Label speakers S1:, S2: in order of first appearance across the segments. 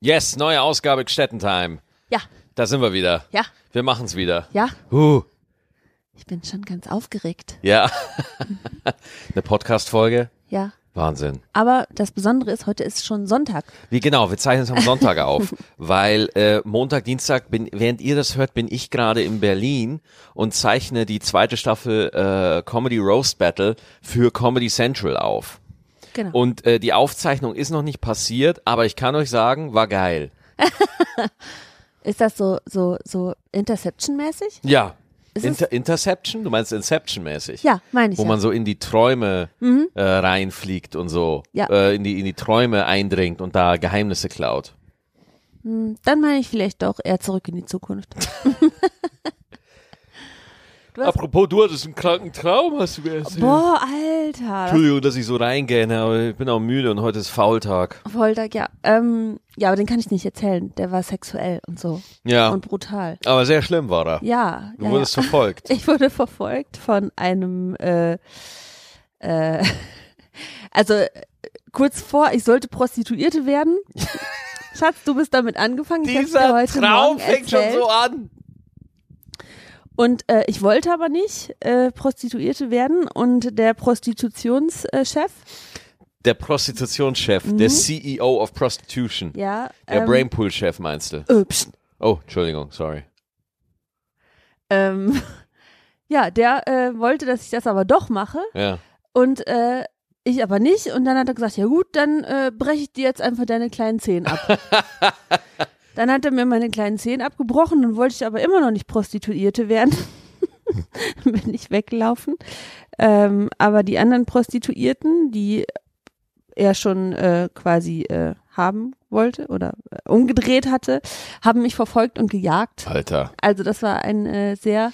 S1: Yes, neue Ausgabe Gstettentime.
S2: Ja,
S1: Da sind wir wieder.
S2: ja,
S1: Wir machen's wieder.
S2: ja.
S1: Huh.
S2: Ich bin schon ganz aufgeregt.
S1: Ja. Eine Podcast-Folge.
S2: Ja.
S1: Wahnsinn.
S2: Aber das Besondere ist, heute ist schon Sonntag.
S1: Wie genau, wir zeichnen es am Sonntag auf, weil äh, Montag, Dienstag, bin, während ihr das hört, bin ich gerade in Berlin und zeichne die zweite Staffel äh, Comedy Roast Battle für Comedy Central auf.
S2: Genau.
S1: Und äh, die Aufzeichnung ist noch nicht passiert, aber ich kann euch sagen, war geil.
S2: ist das so, so, so Interception-mäßig?
S1: Ja.
S2: Es
S1: Inter Interception? Du meinst Inception-mäßig?
S2: Ja, meine ich.
S1: wo
S2: ja. Mhm.
S1: man so in die Träume äh, reinfliegt und so
S2: Ja.
S1: äh, in die in die Träume eindringt und da Geheimnisse klaut.
S2: Dann meine ich vielleicht doch eher zurück in die Zukunft. Was?
S1: Apropos, du hattest einen kranken Traum, hast du mir erzählt.
S2: Boah, Alter.
S1: Entschuldigung, dass ich so reingehe, ne, aber ich bin auch müde und heute ist Faultag.
S2: das- Volltag, ja. Ähm, ja, aber den kann ich nicht erzählen. Der war sexuell und so.
S1: Ja,
S2: Und brutal.
S1: aber sehr schlimm war er.
S2: Ja.
S1: Du
S2: ja, ja.
S1: wurdest verfolgt.
S2: Ich wurde verfolgt von einem, äh, äh, also äh, kurz vor, ich sollte Prostituierte werden. Schatz, du bist damit angefangen. Ich hab's dir heute Morgen erzählt.
S1: an.
S2: Und äh, ich wollte aber nicht äh, Prostituierte werden und der Prostitutionschef, äh, Chef,
S1: Der Prostitutionschef, der CEO of Prostitution,
S2: Mhm. ja,
S1: der
S2: ähm,
S1: Brainpool-Chef meinst du?
S2: äh, pst,
S1: Oh, Entschuldigung, sorry.
S2: ähm, ja, der äh, wollte, dass ich das aber doch mache.
S1: Ja.
S2: Und äh, ich aber nicht. Und dann hat er gesagt, ja gut, dann äh, breche ich dir jetzt einfach deine kleinen Zehen ab. dann hat er mir meine kleinen Zehen abgebrochen und wollte ich aber immer noch nicht Prostituierte werden. Bin ich weggelaufen. Ähm, aber die anderen Prostituierten, die er schon äh, quasi äh, haben wollte oder äh, umgedreht hatte, haben mich verfolgt und gejagt.
S1: Alter,
S2: Also das war ein äh, sehr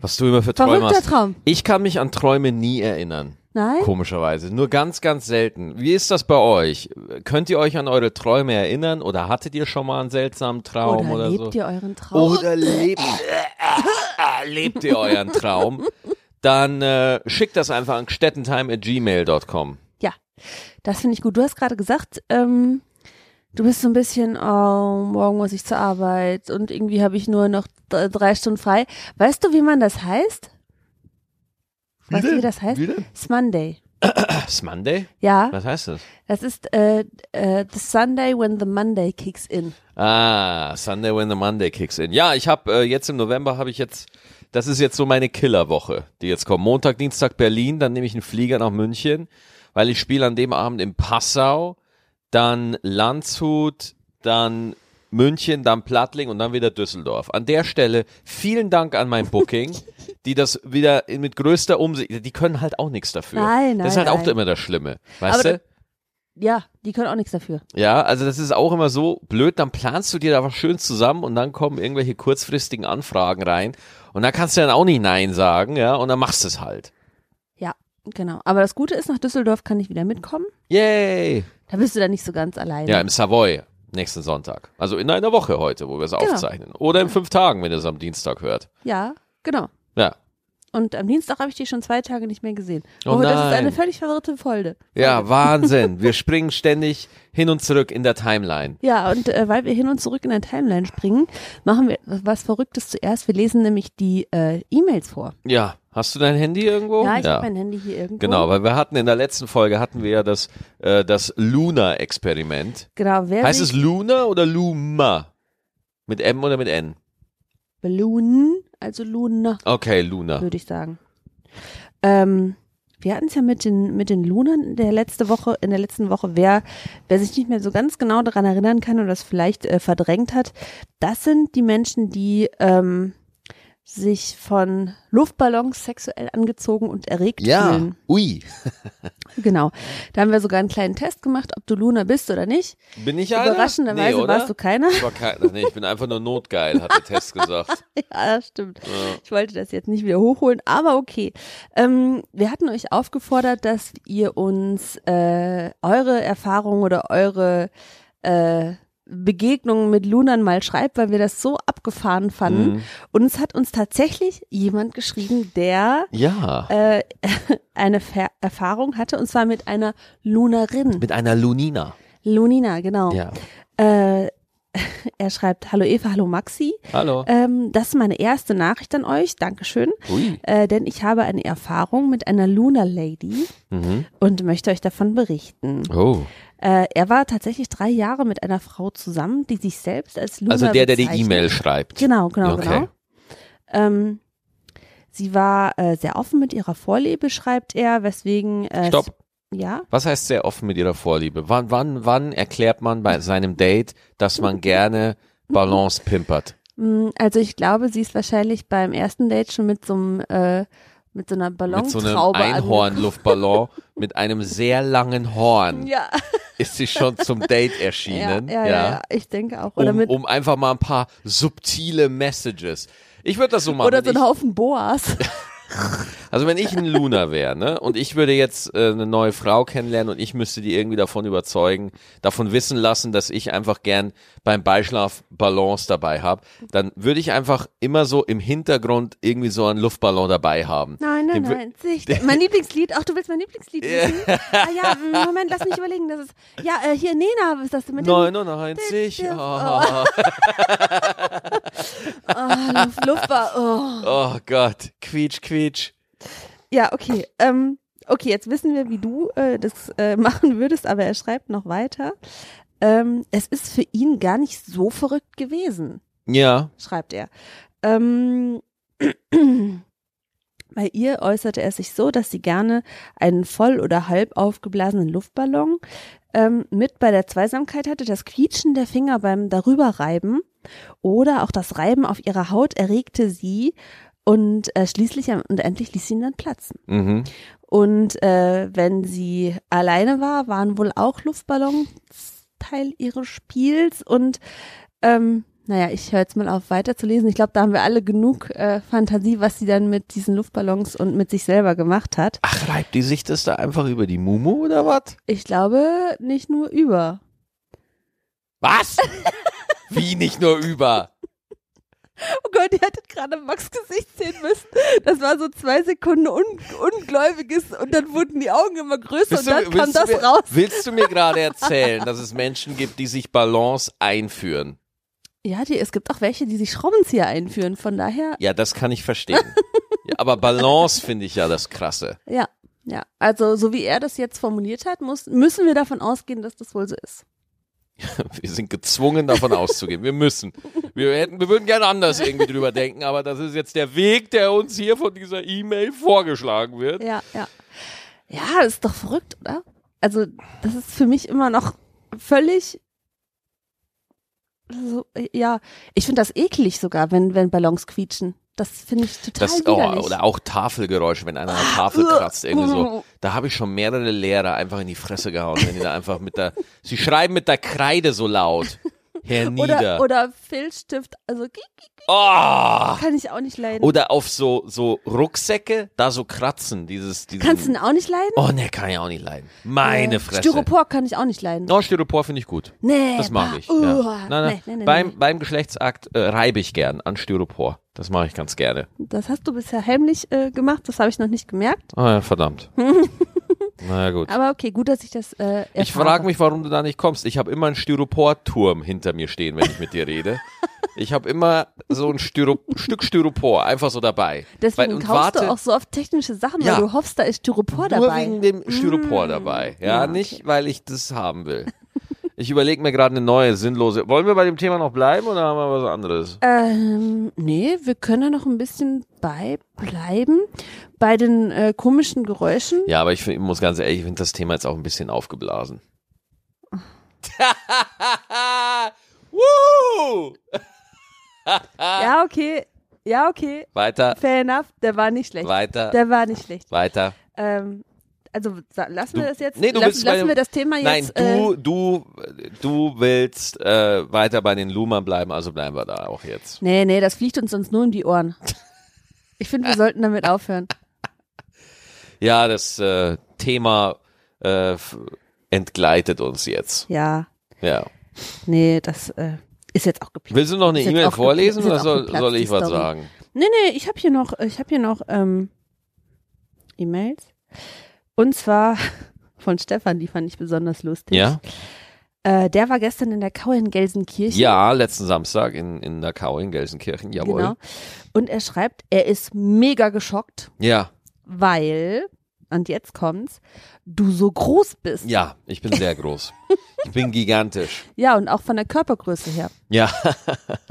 S1: was du immer für Träume
S2: verrückter
S1: hast.
S2: Traum.
S1: Ich kann mich an Träume nie erinnern.
S2: Nein?
S1: Komischerweise. Nur ganz, ganz selten. Wie ist das bei euch? Könnt ihr euch an eure Träume erinnern oder hattet ihr schon mal einen seltsamen Traum
S2: Oder
S1: oder,
S2: lebt
S1: so?
S2: ihr euren Traum?
S1: oder lebt, äh, lebt ihr euren Traum? Dann äh, schickt das einfach an gstettentime.gmail.com.
S2: Ja, das finde ich gut. Du hast gerade gesagt, ähm, du bist so ein bisschen, oh, morgen muss ich zur Arbeit und irgendwie habe ich nur noch d- drei Stunden frei. Weißt du, wie man das heißt? Weißt du, wie das heißt? Sunday.
S1: Das Monday?
S2: Ja,
S1: Was heißt das?
S2: das ist äh, äh, the Sunday when the Monday kicks in.
S1: Ah, Sunday when the Monday kicks in. Ja, ich habe äh, jetzt im November habe ich jetzt, das ist jetzt so meine Killerwoche, die jetzt kommt. Montag, Dienstag Berlin, dann nehme ich einen Flieger nach München, weil ich spiele an dem Abend in Passau, dann Landshut, dann München, dann Plattling und dann wieder Düsseldorf. An der Stelle vielen Dank an mein Booking, die das wieder in- mit größter Umsicht, die können halt auch nichts dafür.
S2: Nein,
S1: das ist
S2: nein,
S1: halt auch
S2: nein.
S1: immer das Schlimme, weißt
S2: Aber
S1: du?
S2: Ja, die können auch nichts dafür.
S1: Ja, also das ist auch immer so blöd, dann planst du dir da was schön zusammen und dann kommen irgendwelche kurzfristigen Anfragen rein und da kannst du dann auch nicht Nein sagen, ja, und dann machst du es halt.
S2: Ja, genau. Aber das Gute ist, nach Düsseldorf kann ich wieder mitkommen.
S1: Yay!
S2: Da bist du dann nicht so ganz alleine.
S1: Ja, im Savoy nächsten Sonntag. Also in einer Woche heute, wo wir es
S2: Genau.
S1: aufzeichnen. Oder in fünf Tagen, wenn ihr es am Dienstag hört.
S2: ja genau.
S1: Ja.
S2: Und am Dienstag habe ich die schon zwei Tage nicht mehr gesehen.
S1: Oh
S2: das ist
S1: nein.
S2: eine völlig verwirrte Folge.
S1: Ja, Wahnsinn. Wir springen ständig hin und zurück in der Timeline.
S2: Ja, und äh, weil wir hin und zurück in der Timeline springen, machen wir was Verrücktes zuerst. Wir lesen nämlich die äh, E-Mails vor.
S1: Ja. Hast du dein Handy irgendwo?
S2: Ja, ich hab habe mein Handy hier irgendwo.
S1: Oh. Genau, weil wir hatten in der letzten Folge hatten wir ja das, äh, das Luna-Experiment.
S2: Genau, wer
S1: Heißt
S2: sich
S1: es Luna oder Luma? Mit M oder mit N?
S2: Balloon, also Luna,
S1: Okay, Luna.
S2: würde ich sagen. Ähm, wir hatten es ja mit den, mit den Lunern in der letzte Woche, in der letzten Woche, wer, wer sich nicht mehr so ganz genau daran erinnern kann oder das vielleicht äh, verdrängt hat, das sind die Menschen, die ähm, sich von Luftballons sexuell angezogen und erregt fühlen.
S1: ui.
S2: Genau. Da haben wir sogar einen kleinen Test gemacht, ob du Luna bist oder nicht.
S1: Bin ich einer?
S2: Überraschenderweise
S1: nee, oder?
S2: warst du keiner.
S1: Ich war keiner. Nee, ich bin einfach nur notgeil, hat der Test gesagt.
S2: Ja, das stimmt.
S1: Ja.
S2: Ich wollte das jetzt nicht wieder hochholen, aber okay. Ähm, wir hatten euch aufgefordert, dass ihr uns äh, eure Erfahrungen oder eure äh, Begegnungen mit Lunan mal schreibt, weil wir das so abgefahren fanden.
S1: Mhm.
S2: Und es hat uns tatsächlich jemand geschrieben, der
S1: Ja.
S2: äh, eine Ver Erfahrung hatte, und zwar mit einer Lunarin.
S1: Mit einer Lunina.
S2: Lunina, genau.
S1: Ja.
S2: Äh, er schreibt, hallo Eva, hallo Maxi.
S1: Hallo.
S2: Ähm, das ist meine erste Nachricht an euch. Dankeschön.
S1: Ui.
S2: Äh, denn ich habe eine Erfahrung mit einer Lunar Lady
S1: Mhm.
S2: und möchte euch davon berichten.
S1: Oh.
S2: Äh, er war tatsächlich drei Jahre mit einer Frau zusammen, die sich selbst als Lunar
S1: Also der, der die
S2: bezeichnet.
S1: E-Mail schreibt.
S2: Genau, genau,
S1: Okay.
S2: genau. Ähm, sie war äh, sehr offen mit ihrer Vorliebe, schreibt er, weswegen. Äh,
S1: Stopp.
S2: Ja,
S1: Was heißt sehr offen mit ihrer Vorliebe? Wann, wann, wann erklärt man bei seinem Date, dass man gerne Balance pimpert?
S2: Mm, also ich glaube, sie ist wahrscheinlich beim ersten Date schon mit so einem äh, mit so einer
S1: Mit so
S2: Ballontraube
S1: einem
S2: angekommen.
S1: Einhornluftballon mit einem sehr langen Horn
S2: Ja,
S1: ist sie schon zum Date
S2: ja,
S1: erschienen.
S2: ja, ja, ja, ich denke auch. Oder
S1: Um,
S2: mit
S1: um einfach mal ein paar subtile Messages. Ich würde das so machen.
S2: oder
S1: wenn
S2: so ein
S1: ich-
S2: Haufen Boas.
S1: Also wenn ich ein Luna wäre, ne, und ich würde jetzt äh, eine neue Frau kennenlernen und ich müsste die irgendwie davon überzeugen, davon wissen lassen, dass ich einfach gern beim Beischlaf Balance dabei habe, dann würde ich einfach immer so im Hintergrund irgendwie so einen Luftballon dabei haben.
S2: Nein, nein,
S1: Den wür-
S2: nein. Sicht. Mein Lieblingslied. Ach, du willst mein Lieblingslied wissen? ah ja, mm, Moment, lass mich überlegen. Das ist ja äh, hier Nena, was ist das denn mit dem
S1: 99. Oh,
S2: Ah, Luft, Luftbar. Oh.
S1: oh Gott, quietsch, quietsch.
S2: Ja, okay. Ähm, okay, jetzt wissen wir, wie du äh, das äh, machen würdest, aber er schreibt noch weiter. Ähm, es ist für ihn gar nicht so verrückt gewesen,
S1: Ja,
S2: schreibt er. Ähm, bei ihr äußerte er sich so, dass sie gerne einen voll oder halb aufgeblasenen Luftballon ähm, mit bei der Zweisamkeit hatte. Das Quietschen der Finger beim Darüberreiben oder auch das Reiben auf ihrer Haut erregte sie und äh, schließlich am- und endlich ließ sie ihn dann platzen.
S1: mhm.
S2: Und äh, wenn sie alleine war, waren wohl auch Luftballons Teil ihres Spiels. Und ähm, naja, ich höre jetzt mal auf, weiterzulesen. Ich glaube, da haben wir alle genug äh, Fantasie, was sie dann mit diesen Luftballons und mit sich selber gemacht hat.
S1: Ach, reibt die sich das da einfach über die Mumu oder was?
S2: Ich glaube, nicht nur über.
S1: Was? Wie nicht nur über?
S2: Oh Gott, ihr hättet gerade Max Gesicht sehen müssen. Das war so zwei Sekunden un Ungläubiges und dann wurden die Augen immer größer und dann kam
S1: willst
S2: das
S1: du mir,
S2: raus.
S1: Willst du mir gerade erzählen, dass es Menschen gibt, die sich Balance einführen?
S2: Ja, die, es gibt auch welche, die sich Schraubenzieher einführen. Von daher
S1: Ja, das kann ich verstehen. Ja, aber Balance finde ich ja das Krasse.
S2: Ja, ja. Also so wie er das jetzt formuliert hat, muss, müssen wir davon ausgehen, dass das wohl so ist.
S1: Wir sind gezwungen, davon auszugehen. Wir müssen. Wir, hätten, wir würden gerne anders irgendwie drüber denken, aber das ist jetzt der Weg, der uns hier von dieser E-Mail vorgeschlagen wird.
S2: Ja, ja. Ja, das ist doch verrückt, oder? Also das ist für mich immer noch völlig so, ja, ich finde das eklig sogar, wenn, wenn Ballons quietschen. Das finde ich total
S1: Das, oh,
S2: widerlich. Ah,
S1: oder auch Tafelgeräusche, wenn einer an der Tafel kratzt, irgendwie so. Da habe ich schon mehrere Lehrer einfach in die Fresse gehauen, wenn die da einfach mit der. Sie schreiben mit der Kreide so laut. Hernieder.
S2: oder, oder Filzstift, also kiek, kiek,
S1: Oh!
S2: kann ich auch nicht leiden.
S1: Oder auf so, so Rucksäcke, da so kratzen, dieses, diesen,
S2: Kannst du ihn auch nicht leiden?
S1: Oh ne, kann ich auch nicht leiden. Meine
S2: Äh,
S1: Fresse.
S2: Styropor kann ich auch nicht leiden.
S1: Oh, Styropor finde ich gut.
S2: Nee,
S1: Das mag
S2: bah,
S1: ich.
S2: uh,
S1: ja. nein, nein.
S2: Nee, nee, nee,
S1: beim,
S2: nee.
S1: beim Geschlechtsakt äh, reibe ich gern an Styropor. Das mache ich ganz gerne.
S2: Das hast du bisher heimlich äh, gemacht, das habe ich noch nicht gemerkt.
S1: Ah ja, verdammt. naja, gut.
S2: Aber okay, gut, dass ich das äh, erfahre.
S1: Ich frage mich, warum du da nicht kommst. Ich habe immer einen Styroporturm hinter mir stehen, wenn ich mit dir rede. Ich habe immer so ein Styro Stück Styropor einfach so dabei.
S2: Deswegen
S1: Weil- und
S2: kaufst
S1: warte-
S2: du auch so oft technische Sachen,
S1: Ja.
S2: weil du hoffst, da ist
S1: Nur
S2: Styropor dabei.
S1: wegen dem Styropor
S2: Mm.
S1: dabei. Ja,
S2: Ja,
S1: nicht, weil ich das haben will. Ich überlege mir gerade eine neue, sinnlose. Wollen wir bei dem Thema noch bleiben oder haben wir was anderes?
S2: ähm, nee, wir können da noch ein bisschen bei bleiben bei den äh, komischen Geräuschen.
S1: Ja, aber ich, find, ich muss ganz ehrlich, ich finde das Thema jetzt auch ein bisschen aufgeblasen. Woo!
S2: Ja, okay. Ja, okay.
S1: Weiter,
S2: Fair enough. Der war nicht schlecht.
S1: weiter,
S2: Der war nicht schlecht.
S1: weiter.
S2: Ähm, also sa- lassen
S1: Du-
S2: wir das jetzt.
S1: Nee, du
S2: lassen
S1: willst bei
S2: lassen
S1: dem-
S2: wir das Thema
S1: Nein,
S2: jetzt. äh,
S1: du, du, du willst äh, weiter bei den Lumern bleiben, also bleiben wir da auch jetzt.
S2: Nee, nee, das fliegt uns sonst nur um die Ohren. Ich finde, wir sollten damit aufhören.
S1: Ja, das äh, Thema äh, f- entgleitet uns jetzt.
S2: Ja,
S1: Ja.
S2: nee, das äh, ist jetzt auch geplant.
S1: Willst du noch eine
S2: Ist jetzt
S1: E-Mail
S2: auch
S1: vorlesen
S2: gepla- ist
S1: oder
S2: jetzt auch
S1: soll,
S2: geplatzt,
S1: soll
S2: die
S1: ich was
S2: Story.
S1: sagen?
S2: Nee, nee, ich habe hier noch, ich habe hier noch ähm, E-Mails. Und zwar von Stefan, die fand ich besonders lustig.
S1: Ja?
S2: Äh, der war gestern in der Kau in Gelsenkirchen.
S1: Ja, letzten Samstag in, in Nakau in Gelsenkirchen, jawohl.
S2: Genau. Und er schreibt, er ist mega geschockt,
S1: Ja,
S2: weil, und jetzt kommt's, du so groß bist.
S1: ja, ich bin sehr groß. Ich bin gigantisch.
S2: Ja, und auch von der Körpergröße her.
S1: Ja,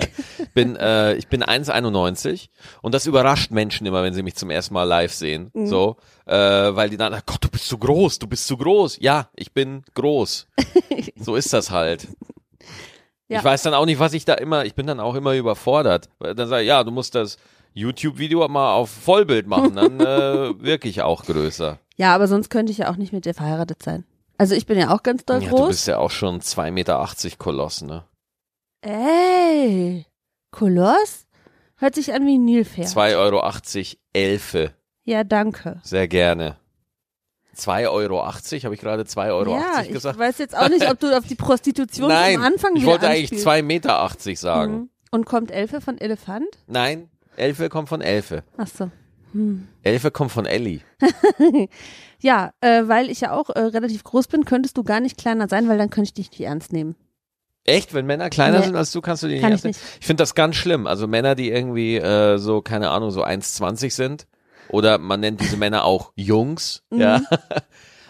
S1: bin, äh, ich bin 1,91 und das überrascht Menschen immer, wenn sie mich zum ersten Mal live sehen.
S2: Mhm.
S1: So, äh, weil die dann, "Ach Gott, du bist zu groß, du bist zu groß. Ja, ich bin groß. So ist das halt.
S2: Ja.
S1: Ich weiß dann auch nicht, was ich da immer, ich bin dann auch immer überfordert. Weil Dann sage ich, ja, du musst das YouTube-Video mal auf Vollbild machen, dann äh, wirke ich auch größer.
S2: Ja, aber sonst könnte ich ja auch nicht mit dir verheiratet sein. Also ich bin ja auch ganz doll
S1: Ja, du
S2: groß.
S1: bist ja auch schon 2,80 Meter Koloss, ne?
S2: Ey, Koloss? Hört sich an wie ein Nilpferd.
S1: 2,80 Euro Elfe.
S2: Ja, danke.
S1: Sehr gerne. 2,80 Euro? Habe ich gerade 2,80 Euro
S2: ja, ich
S1: gesagt?
S2: weiß jetzt auch nicht, ob du auf die Prostitution
S1: Nein,
S2: am Anfang
S1: ich
S2: wieder
S1: wollte eigentlich
S2: anspielst.
S1: 2,80 Meter sagen.
S2: Mhm. Und kommt Elfe von Elefant?
S1: Nein, Elfe kommt von Elfe.
S2: Ach so. Hm.
S1: Elfe kommt von Elli.
S2: Ja, äh, weil ich ja auch äh, relativ groß bin, könntest du gar nicht kleiner sein, weil dann könnte ich dich nicht ernst nehmen.
S1: Echt? Wenn Männer kleiner
S2: Nee.
S1: sind als du, kannst du die nicht
S2: Kann ich
S1: ernst nehmen? Ich finde das ganz schlimm. Also Männer, die irgendwie äh, so, keine Ahnung, so 1,20 sind. Oder man nennt diese Männer auch Jungs.
S2: Mhm.
S1: Ja.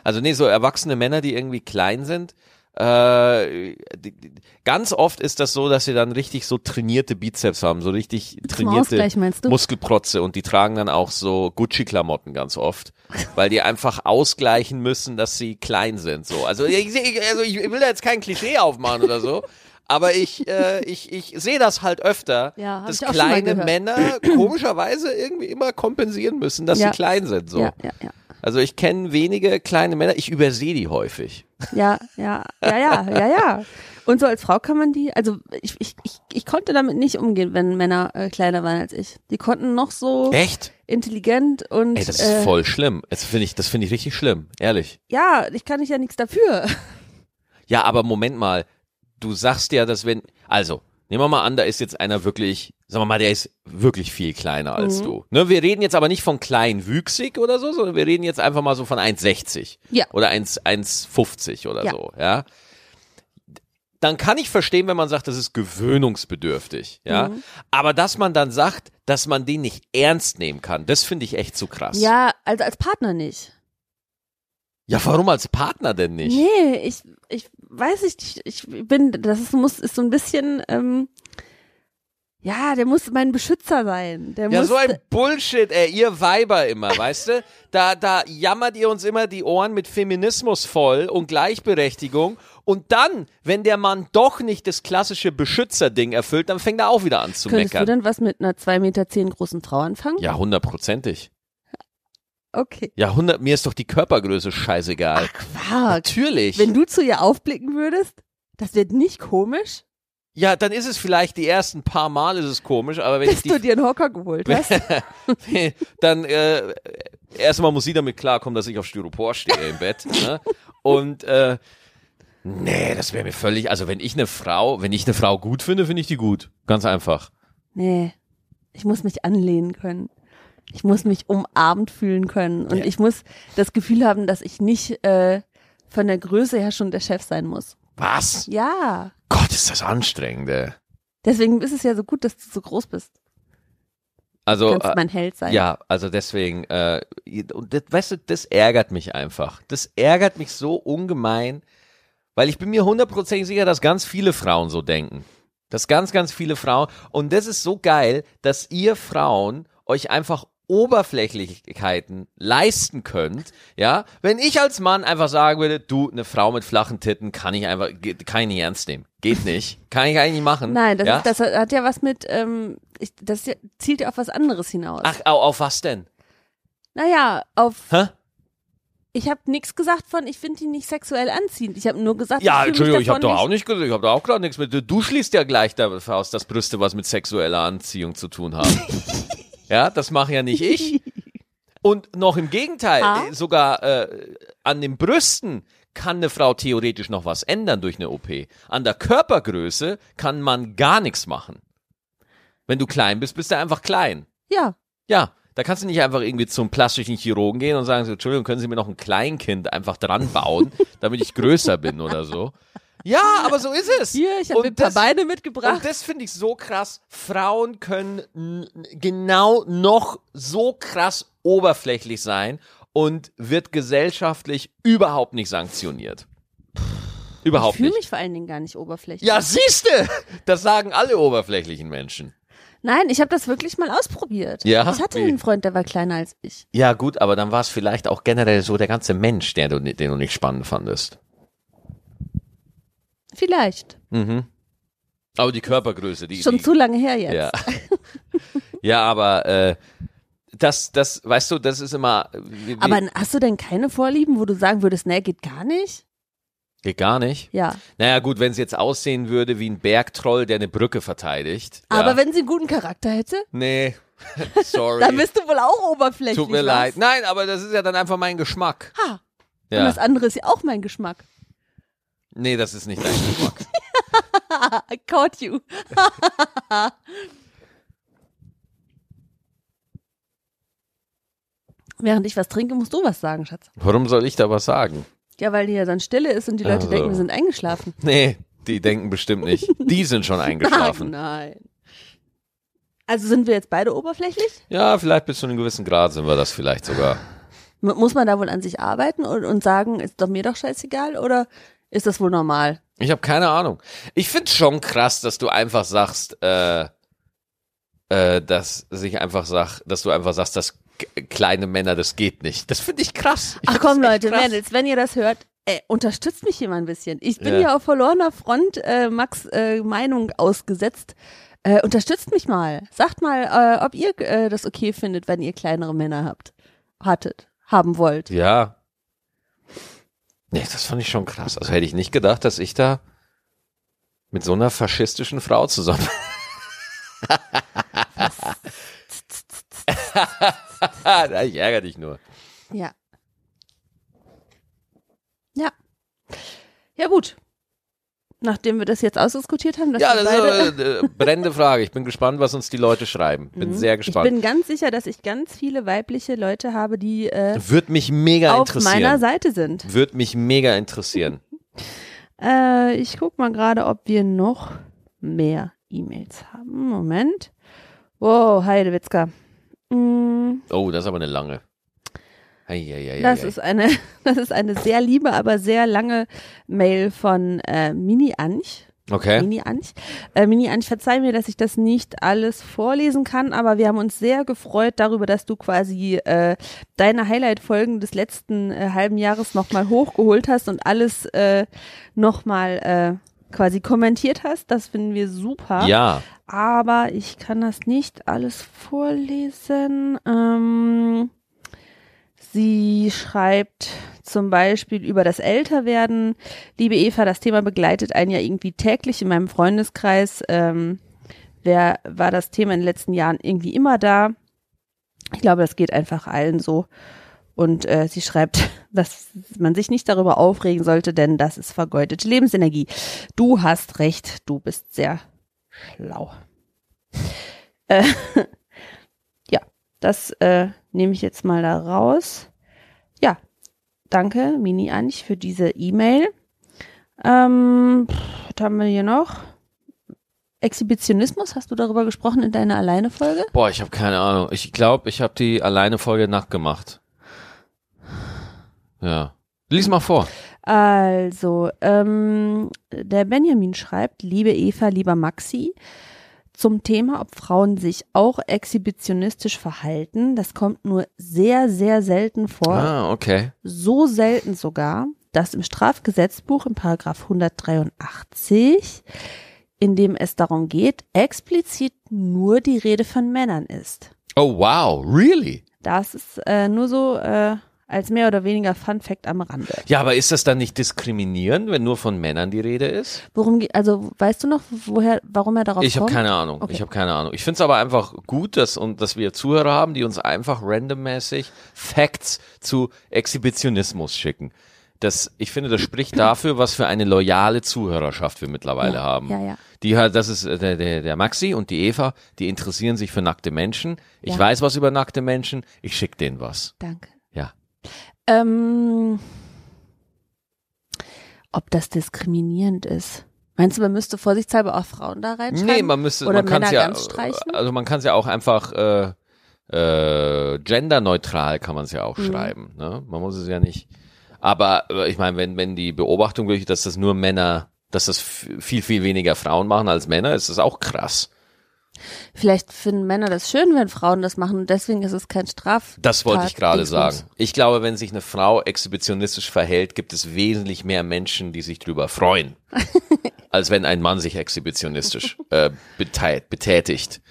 S1: Also nee, so erwachsene Männer, die irgendwie klein sind. Äh, die, die, ganz oft ist das so, dass sie dann richtig so trainierte Bizeps haben, so richtig
S2: Zum
S1: trainierte
S2: Ausgleich meinst du?
S1: Muskelprotze und die tragen dann auch so Gucci-Klamotten ganz oft, weil die einfach ausgleichen müssen, dass sie klein sind. So, also ich, seh- ich- also ich will da jetzt kein Klischee aufmachen oder so, aber ich äh, ich ich sehe das halt öfter,
S2: Ja, hab
S1: dass
S2: ich auch schon mal
S1: kleine
S2: gehört.
S1: Männer komischerweise irgendwie immer kompensieren müssen, dass
S2: Ja.
S1: sie klein sind. So,
S2: Ja, ja, ja.
S1: also ich kenne wenige kleine Männer, ich übersehe die häufig.
S2: Ja, ja, ja, ja, ja, ja. Und so als Frau kann man die, also ich, ich, ich, ich konnte damit nicht umgehen, wenn Männer äh, kleiner waren als ich. Die konnten noch so
S1: Echt?
S2: intelligent und
S1: Ey, das ist
S2: äh,
S1: voll schlimm. Das finde ich, das finde ich richtig schlimm, ehrlich.
S2: ja, ich kann ich ja nichts dafür.
S1: Ja, aber Moment mal, du sagst ja, dass wenn, also, nehmen wir mal an, da ist jetzt einer wirklich, sagen wir mal, der ist wirklich viel kleiner als
S2: Mhm.
S1: du. Ne, wir reden jetzt aber nicht von kleinwüchsig oder so, sondern wir reden jetzt einfach mal so von 1,60
S2: Ja.
S1: oder 1 1,50 oder
S2: Ja.
S1: so, ja. Dann kann ich verstehen, wenn man sagt, das ist gewöhnungsbedürftig, ja. Aber dass man dann sagt, dass man den nicht ernst nehmen kann, das finde ich echt zu krass.
S2: Ja, also als Partner nicht.
S1: ja, warum als Partner denn nicht?
S2: Nee, ich, ich weiß nicht, ich, ich bin, das ist, muss, ist so ein bisschen, ähm, ja, der muss mein Beschützer sein. Der
S1: Ja,
S2: muss,
S1: so ein Bullshit, ey, ihr Weiber immer, weißt du? Da, da jammert ihr uns immer die Ohren mit Feminismus voll und Gleichberechtigung. Und dann, wenn der Mann doch nicht das klassische Beschützerding erfüllt, dann fängt er auch wieder an zu
S2: könntest du
S1: meckern.
S2: denn was mit einer 2,10 Meter zehn großen Frau anfangen?
S1: Ja, hundertprozentig.
S2: Okay.
S1: Ja, hundert, mir ist doch die Körpergröße scheißegal.
S2: Ach, Quark.
S1: Natürlich.
S2: Wenn du zu ihr aufblicken würdest, das wird nicht komisch,
S1: ja, dann ist es vielleicht die ersten paar Mal ist es komisch, aber wenn ich
S2: dass
S1: die
S2: du dir einen Hocker geholt hast.
S1: dann äh, erstmal muss sie damit klarkommen, dass ich auf Styropor stehe im Bett. Ne? Und äh, nee, das wäre mir völlig. Also wenn ich eine Frau, wenn ich eine Frau gut finde, finde ich die gut. Ganz einfach.
S2: Nee, ich muss mich anlehnen können. Ich muss mich umarmt fühlen können. Und
S1: Ja.
S2: ich muss das Gefühl haben, dass ich nicht äh, von der Größe her schon der Chef sein muss.
S1: Was?
S2: Ja.
S1: Gott, ist das anstrengend. ey.
S2: Deswegen ist es ja so gut, dass du so groß bist. Du
S1: Also
S2: kannst mein Held sein.
S1: Ja, also deswegen, äh, und das, weißt du, das ärgert mich einfach. Das ärgert mich so ungemein, weil ich bin mir hundertprozentig sicher, dass ganz viele Frauen so denken. Dass ganz, ganz viele Frauen, und das ist so geil, dass ihr Frauen euch einfach Oberflächlichkeiten leisten könnt, ja, wenn ich als Mann einfach sagen würde, du, eine Frau mit flachen Titten kann ich einfach, ge- kann ich nicht ernst nehmen. Geht nicht. Kann ich eigentlich nicht machen.
S2: Nein, das,
S1: ja?
S2: ist, das hat ja was mit, ähm, ich, das ist ja- zielt ja auf was anderes hinaus.
S1: Ach, au- auf was denn?
S2: Naja, auf
S1: Hä?
S2: Ich habe nichts gesagt von, ich finde die nicht sexuell anziehend. Ich habe nur gesagt,
S1: Ja,
S2: ich fühl mich
S1: Entschuldigung, ich habe
S2: davon
S1: doch auch
S2: nicht.
S1: nicht gesagt, ich habe da auch gerade nichts mit. Du schließt ja gleich davon aus, dass Brüste was mit sexueller Anziehung zu tun haben. ja, das mache ja nicht ich. Und noch im Gegenteil,
S2: Ah.
S1: äh, sogar äh, an den Brüsten kann eine Frau theoretisch noch was ändern durch eine OP. An der Körpergröße kann man gar nichts machen. Wenn du klein bist, bist du einfach klein.
S2: Ja,
S1: Ja, da kannst du nicht einfach irgendwie zum plastischen Chirurgen gehen und sagen, so, Entschuldigung, können Sie mir noch ein Kleinkind einfach dran bauen, damit ich größer bin oder so. Ja, aber so ist es.
S2: Hier, ich habe
S1: Und
S2: mir ein paar
S1: das-
S2: Beine
S1: Und
S2: mitgebracht.
S1: das finde ich so krass. Frauen können n- genau noch so krass oberflächlich sein und wird gesellschaftlich überhaupt nicht sanktioniert.
S2: Ich
S1: Überhaupt
S2: fühle
S1: nicht.
S2: mich vor allen Dingen gar nicht oberflächlich.
S1: Ja, siehste, das sagen alle oberflächlichen Menschen.
S2: Nein, ich habe das wirklich mal ausprobiert.
S1: Ja?
S2: Ich hatte
S1: Wie?
S2: einen Freund, der war kleiner als ich.
S1: Ja, gut, aber dann war es vielleicht auch generell so der ganze Mensch, der du, ni- den du nicht spannend fandest.
S2: Vielleicht.
S1: Mhm. Aber die Körpergröße, die
S2: Schon
S1: die,
S2: zu lange her jetzt.
S1: Ja. ja, aber äh, das, das, weißt du, das ist immer. Wie, wie,
S2: Aber hast du denn keine Vorlieben, wo du sagen würdest, nee, geht gar nicht?
S1: geht gar nicht.
S2: Ja.
S1: Naja, gut, wenn es jetzt aussehen würde wie ein Bergtroll, der eine Brücke verteidigt.
S2: Aber
S1: ja.
S2: wenn sie einen guten Charakter hätte,
S1: Nee, sorry.
S2: dann bist du wohl auch oberflächlich.
S1: Tut mir
S2: was?
S1: leid. Nein, aber das ist ja dann einfach mein Geschmack.
S2: Ha. Und
S1: Ja.
S2: das andere ist ja auch mein Geschmack.
S1: Nee, das ist nicht dein Geschmack.
S2: I caught you. Während ich was trinke, musst du was sagen, Schatz.
S1: Warum soll ich da was sagen?
S2: Ja, weil hier dann Stille ist und die Leute
S1: Also.
S2: denken, wir sind eingeschlafen.
S1: Nee, die denken bestimmt nicht. Die sind schon eingeschlafen.
S2: nein. Also sind wir jetzt beide oberflächlich?
S1: Ja, vielleicht bis zu einem gewissen Grad sind wir das vielleicht sogar.
S2: M- Muss man da wohl an sich arbeiten und, und sagen, ist doch mir doch scheißegal oder ist das wohl normal?
S1: Ich habe keine Ahnung. Ich find's schon krass, dass du einfach sagst, äh, äh, dass sich einfach sag, dass du einfach sagst, dass k- kleine Männer, das geht nicht. Das finde ich krass. Ich
S2: Ach
S1: find
S2: komm
S1: das echt
S2: Leute,
S1: krass.
S2: Mädels, wenn ihr das hört, ey, unterstützt mich hier mal ein bisschen. Ich bin
S1: Ja.
S2: ja, auf verlorener Front äh, Max äh, Meinung ausgesetzt. Äh, unterstützt mich mal. Sagt mal, äh, ob ihr äh, das okay findet, wenn ihr kleinere Männer habt, hattet, haben wollt.
S1: Ja. Nee, das fand ich schon krass. Also hätte ich nicht gedacht, dass ich da mit so einer faschistischen Frau zusammen. Ja, ich ärgere dich nur.
S2: Ja. Ja. Ja gut. Nachdem wir das jetzt ausdiskutiert haben, dass
S1: ja,
S2: wir
S1: das
S2: beide
S1: ist eine äh, brennende Frage. Ich bin gespannt, was uns die Leute schreiben. Bin sehr gespannt.
S2: Mhm. Ich bin ganz sicher, dass ich ganz viele weibliche Leute habe, die äh,
S1: Würde mich mega
S2: auf meiner
S1: interessieren.
S2: Seite sind.
S1: Würde mich mega interessieren.
S2: Äh, ich guck mal gerade, ob wir noch mehr E-Mails haben. Moment. Wow, Heidewitzka. Mm,
S1: Oh, das ist aber eine lange. Eieieiei.
S2: das, ist eine, das ist eine sehr liebe, aber sehr lange Mail von äh, Mini Anch.
S1: okay.
S2: Mini Anch. Äh, Mini Anch, verzeih mir, dass ich das nicht alles vorlesen kann, aber wir haben uns sehr gefreut darüber, dass du quasi äh, deine Highlight-Folgen des letzten äh, halben Jahres nochmal hochgeholt hast und alles äh, nochmal äh, quasi kommentiert hast. Das finden wir super.
S1: Ja.
S2: Aber ich kann das nicht alles vorlesen. Ähm, sie schreibt zum Beispiel über das Älterwerden. Liebe Eva, das Thema begleitet einen ja irgendwie täglich in meinem Freundeskreis. Ähm, wer war das Thema in den letzten Jahren irgendwie immer da? Ich glaube, das geht einfach allen so. Und äh, sie schreibt, dass man sich nicht darüber aufregen sollte, denn das ist vergeudete Lebensenergie. Du hast recht, du bist sehr schlau. Äh, ja, das äh, nehme ich jetzt mal da raus. Ja, danke, Mini Anch, für diese E-Mail. Ähm, pff, was haben wir hier noch? Exhibitionismus, hast du darüber gesprochen in deiner Alleine-Folge?
S1: Boah, ich habe keine Ahnung. Ich glaube, ich habe die alleine Folge nachgemacht. Ja. Lies mal vor.
S2: Also, ähm, der Benjamin schreibt, liebe Eva, lieber Maxi, zum Thema, ob Frauen sich auch exhibitionistisch verhalten, das kommt nur sehr, sehr selten vor.
S1: Ah, okay.
S2: so selten sogar, dass im Strafgesetzbuch im Paragraph 183, in dem es darum geht, explizit nur die Rede von Männern ist.
S1: Oh, wow. Really?
S2: Das ist äh, nur so äh, als mehr oder weniger Fun Fact am Rande.
S1: Ja, aber ist das dann nicht diskriminierend, wenn nur von Männern die Rede ist?
S2: Worum geht, also weißt du noch, woher, warum er darauf
S1: Ich habe
S2: kommt?
S1: keine Ahnung.
S2: Okay.
S1: Ich habe keine Ahnung. Ich finde es aber einfach gut, dass, und, dass wir Zuhörer haben, die uns einfach randommäßig Facts zu Exhibitionismus schicken. Das, ich finde, das spricht dafür, was für eine loyale Zuhörerschaft wir mittlerweile
S2: ja,
S1: haben.
S2: Ja, ja.
S1: Die halt, das ist äh, der, der, der Maxi und die Eva, die interessieren sich für nackte Menschen. Ich
S2: Ja.
S1: weiß was über nackte Menschen, ich schick denen was.
S2: Danke.
S1: Ja.
S2: Ähm, ob das diskriminierend ist. Meinst du, man müsste vorsichtshalber auch Frauen da reinschreiben?
S1: Nee, man müsste,
S2: Oder
S1: man kann es
S2: Männer
S1: ja,
S2: ganz streichen?
S1: also man kann es ja auch einfach äh, äh, genderneutral kann man es ja auch
S2: Mhm.
S1: schreiben. Ne? Man muss es ja nicht. Aber äh, ich meine, wenn wenn die Beobachtung durch, dass das nur Männer, dass das f- viel viel weniger Frauen machen als Männer, ist das auch krass.
S2: Vielleicht finden Männer das schön, wenn Frauen das machen und deswegen ist es kein Straf.
S1: Das wollte ich
S2: Tat-
S1: gerade
S2: Dingsbums.
S1: sagen. Ich glaube, wenn sich eine Frau exhibitionistisch verhält, gibt es wesentlich mehr Menschen, die sich drüber freuen, als wenn ein Mann sich exhibitionistisch äh, betei- betätigt.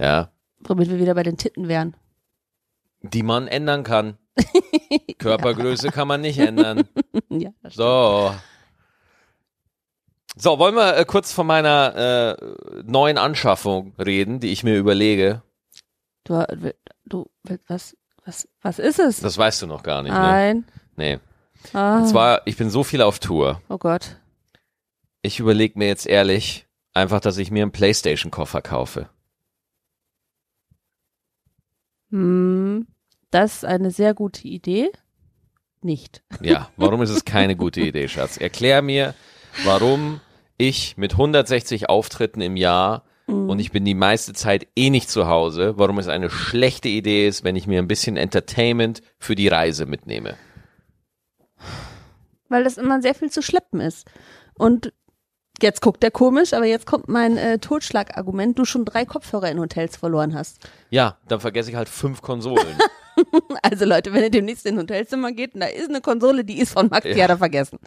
S1: Ja,
S2: Womit wir wieder bei den Titten wären.
S1: die man ändern kann. Körpergröße kann man nicht ändern.
S2: Ja, das stimmt.
S1: So. So, wollen wir äh, kurz von meiner äh, neuen Anschaffung reden, die ich mir überlege.
S2: du, äh, du, was, was, was ist es?
S1: Das weißt du noch gar nicht, ne?
S2: Nein.
S1: Nee.
S2: Ah,
S1: Und zwar, ich bin so viel auf Tour.
S2: oh Gott.
S1: Ich überlege mir jetzt ehrlich einfach, dass ich mir einen Playstation-Koffer kaufe.
S2: Hm, das ist eine sehr gute Idee. Nicht.
S1: Ja, warum ist es keine gute Idee, Schatz? Erklär mir, warum ich mit 160 Auftritten im Jahr und ich bin die meiste Zeit eh nicht zu Hause, warum es eine schlechte Idee ist, wenn ich mir ein bisschen Entertainment für die Reise mitnehme.
S2: Weil das immer sehr viel zu schleppen ist. Und jetzt guckt er komisch, aber jetzt kommt mein äh, Totschlagargument, du schon drei Kopfhörer in Hotels verloren hast.
S1: Ja, dann vergesse ich halt fünf Konsolen.
S2: Also Leute, wenn ihr demnächst in ein Hotelzimmer geht und da ist eine Konsole, die ist von Max, die
S1: Ja.
S2: hat er vergessen.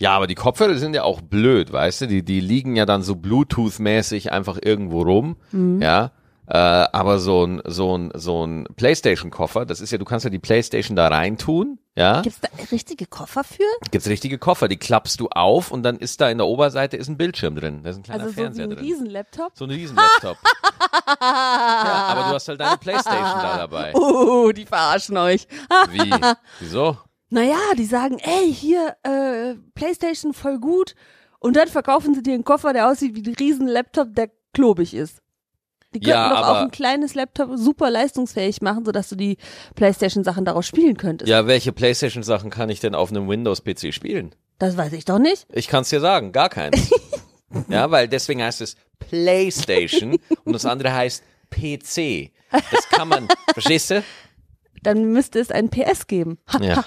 S1: Ja, aber die Kopfhörer sind ja auch blöd, weißt du? Die, die liegen ja dann so Bluetooth-mäßig einfach irgendwo rum.
S2: Mhm.
S1: Ja. Äh, aber so ein, so ein, so ein Playstation-Koffer, das ist ja, du kannst ja die Playstation da reintun. Ja.
S2: Gibt's da richtige Koffer für?
S1: Gibt's richtige Koffer, die klappst du auf und dann ist da in der Oberseite ist ein Bildschirm drin. Da ist ein kleiner
S2: Also so wie
S1: Fernseher
S2: ein
S1: drin.
S2: Riesenlaptop?
S1: so ein Riesen-Laptop. ja, aber du hast halt deine Playstation da dabei.
S2: Oh, die verarschen euch.
S1: Wie? Wieso?
S2: Naja, die sagen, ey, hier, äh, Playstation voll gut. Und dann verkaufen sie dir einen Koffer, der aussieht wie ein Riesen-Laptop, der klobig ist. Die könnten
S1: Ja,
S2: doch
S1: aber-
S2: auch ein kleines Laptop super leistungsfähig machen, sodass du die Playstation-Sachen daraus spielen könntest.
S1: Ja, welche Playstation-Sachen kann ich denn auf einem Windows-PC spielen?
S2: Das weiß ich doch nicht.
S1: Ich kann's dir sagen, gar keins. ja, weil deswegen heißt es PlayStation und das andere heißt PC. Das kann man, verstehst du?
S2: Dann müsste es ein PS geben. Ha,
S1: Ja.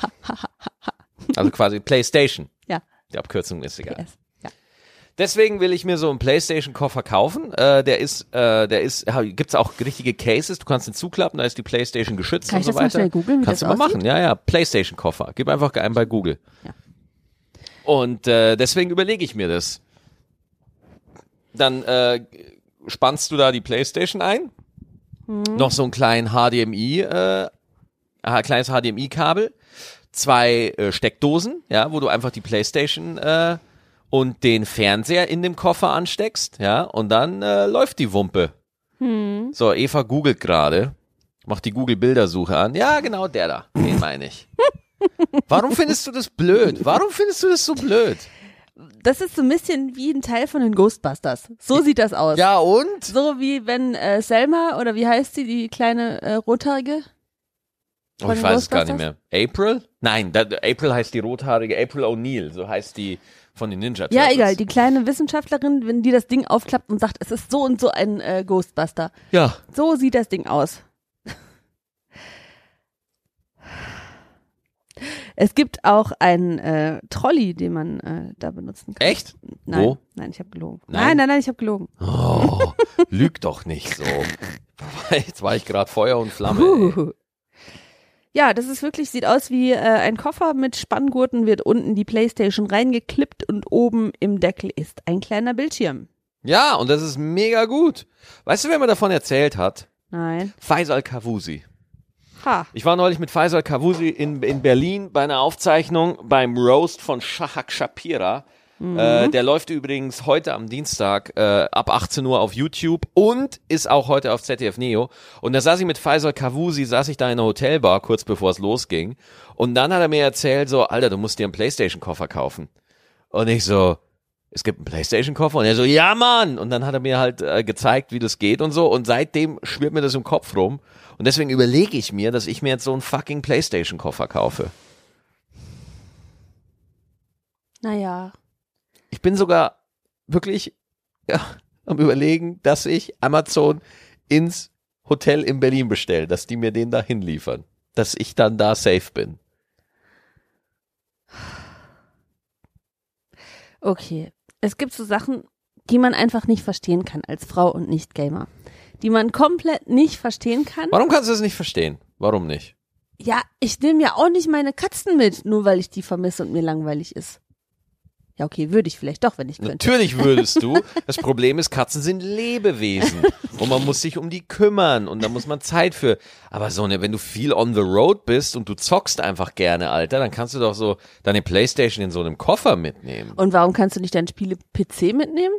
S1: Also quasi PlayStation.
S2: ja,
S1: Die Abkürzung ist egal.
S2: PS. Ja.
S1: Deswegen will ich mir so einen PlayStation-Koffer kaufen. Äh, der ist, äh, der ist, ha- gibt's auch richtige Cases. Du kannst ihn zuklappen, da ist die PlayStation geschützt
S2: Kann
S1: und
S2: ich
S1: so
S2: das mal
S1: weiter.
S2: schnell googeln, wie
S1: Kannst
S2: das
S1: du mal
S2: aussieht?
S1: machen, ja, ja. PlayStation-Koffer. Gib einfach ein bei Google.
S2: Ja.
S1: Und äh, deswegen überlege ich mir das. Dann äh, spannst du da die PlayStation ein,
S2: Hm.
S1: noch so einen kleinen HDMI, äh, ein kleines HDMI-Kabel, zwei äh, Steckdosen, ja, wo du einfach die PlayStation äh, und den Fernseher in dem Koffer ansteckst, ja, und dann äh, läuft die Wumpe.
S2: Hm.
S1: So, Eva googelt gerade, macht die Google-Bildersuche an. Ja, genau der da, den meine ich. Warum findest du das blöd? Warum findest du das so blöd?
S2: Das ist so ein bisschen wie ein Teil von den Ghostbusters. So sieht das aus.
S1: Ja, und?
S2: So wie wenn äh, Selma, oder wie heißt sie, die kleine äh, Rothaarige?
S1: Oh, ich
S2: Von
S1: weiß es gar nicht
S2: Ghostbusters?
S1: mehr. April? Nein, da, April heißt die rothaarige April O'Neil, so heißt die von den Ninja Turtles.
S2: Ja, egal. Die kleine Wissenschaftlerin, wenn die das Ding aufklappt und sagt, es ist so und so ein äh, Ghostbuster.
S1: Ja,
S2: So sieht das Ding aus. Es gibt auch einen äh, Trolley, den man äh, da benutzen kann.
S1: echt?
S2: Nein,
S1: Wo?
S2: nein, ich habe gelogen.
S1: Nein?
S2: Nein, nein, nein, ich habe gelogen.
S1: Oh, lüg doch nicht so. Jetzt war ich gerade Feuer und Flamme. ey.
S2: Huhu. Ja, das ist wirklich, sieht aus wie äh, ein Koffer mit Spanngurten, wird unten die Playstation reingeklippt und oben im Deckel ist ein kleiner Bildschirm.
S1: Ja, und das ist mega gut. Weißt du, wer mir davon erzählt hat?
S2: Nein.
S1: Faisal Kavusi.
S2: Ha.
S1: Ich war neulich mit Faisal Kavusi in, in Berlin bei einer Aufzeichnung beim Roast von Shahak Shapira. Äh, der läuft übrigens heute am Dienstag äh, ab 18 Uhr auf YouTube und ist auch heute auf ZDF Neo. Und da saß ich mit Faisal Kavusi, saß ich da in einer Hotelbar kurz bevor es losging. Und dann hat er mir erzählt, so, Alter, du musst dir einen Playstation-Koffer kaufen. Und ich so, es gibt einen Playstation-Koffer? Und er so, ja, Mann! Und dann hat er mir halt äh, gezeigt, wie das geht und so. Und seitdem schwirrt mir das im Kopf rum. Und deswegen überlege ich mir, dass ich mir jetzt so einen fucking Playstation-Koffer kaufe.
S2: Naja.
S1: Ich bin sogar wirklich ja, am überlegen, dass ich Amazon ins Hotel in Berlin bestelle, dass die mir den da hinliefern. Dass ich dann da safe bin.
S2: Okay. Es gibt so Sachen, die man einfach nicht verstehen kann als Frau und nicht Gamer. Die man komplett nicht verstehen kann.
S1: Warum kannst du das nicht verstehen? Warum nicht?
S2: Ja, ich nehme ja auch nicht meine Katzen mit, nur weil ich die vermisse und mir langweilig ist. Ja, okay, würde ich vielleicht doch, wenn ich könnte.
S1: Natürlich würdest du. Das Problem ist, Katzen sind Lebewesen und man muss sich um die kümmern und da muss man Zeit für. Aber so eine, wenn du viel on the road bist und du zockst einfach gerne, Alter, dann kannst du doch so deine Playstation in so einem Koffer mitnehmen,
S2: Und warum kannst du nicht dein Spiele PC mitnehmen?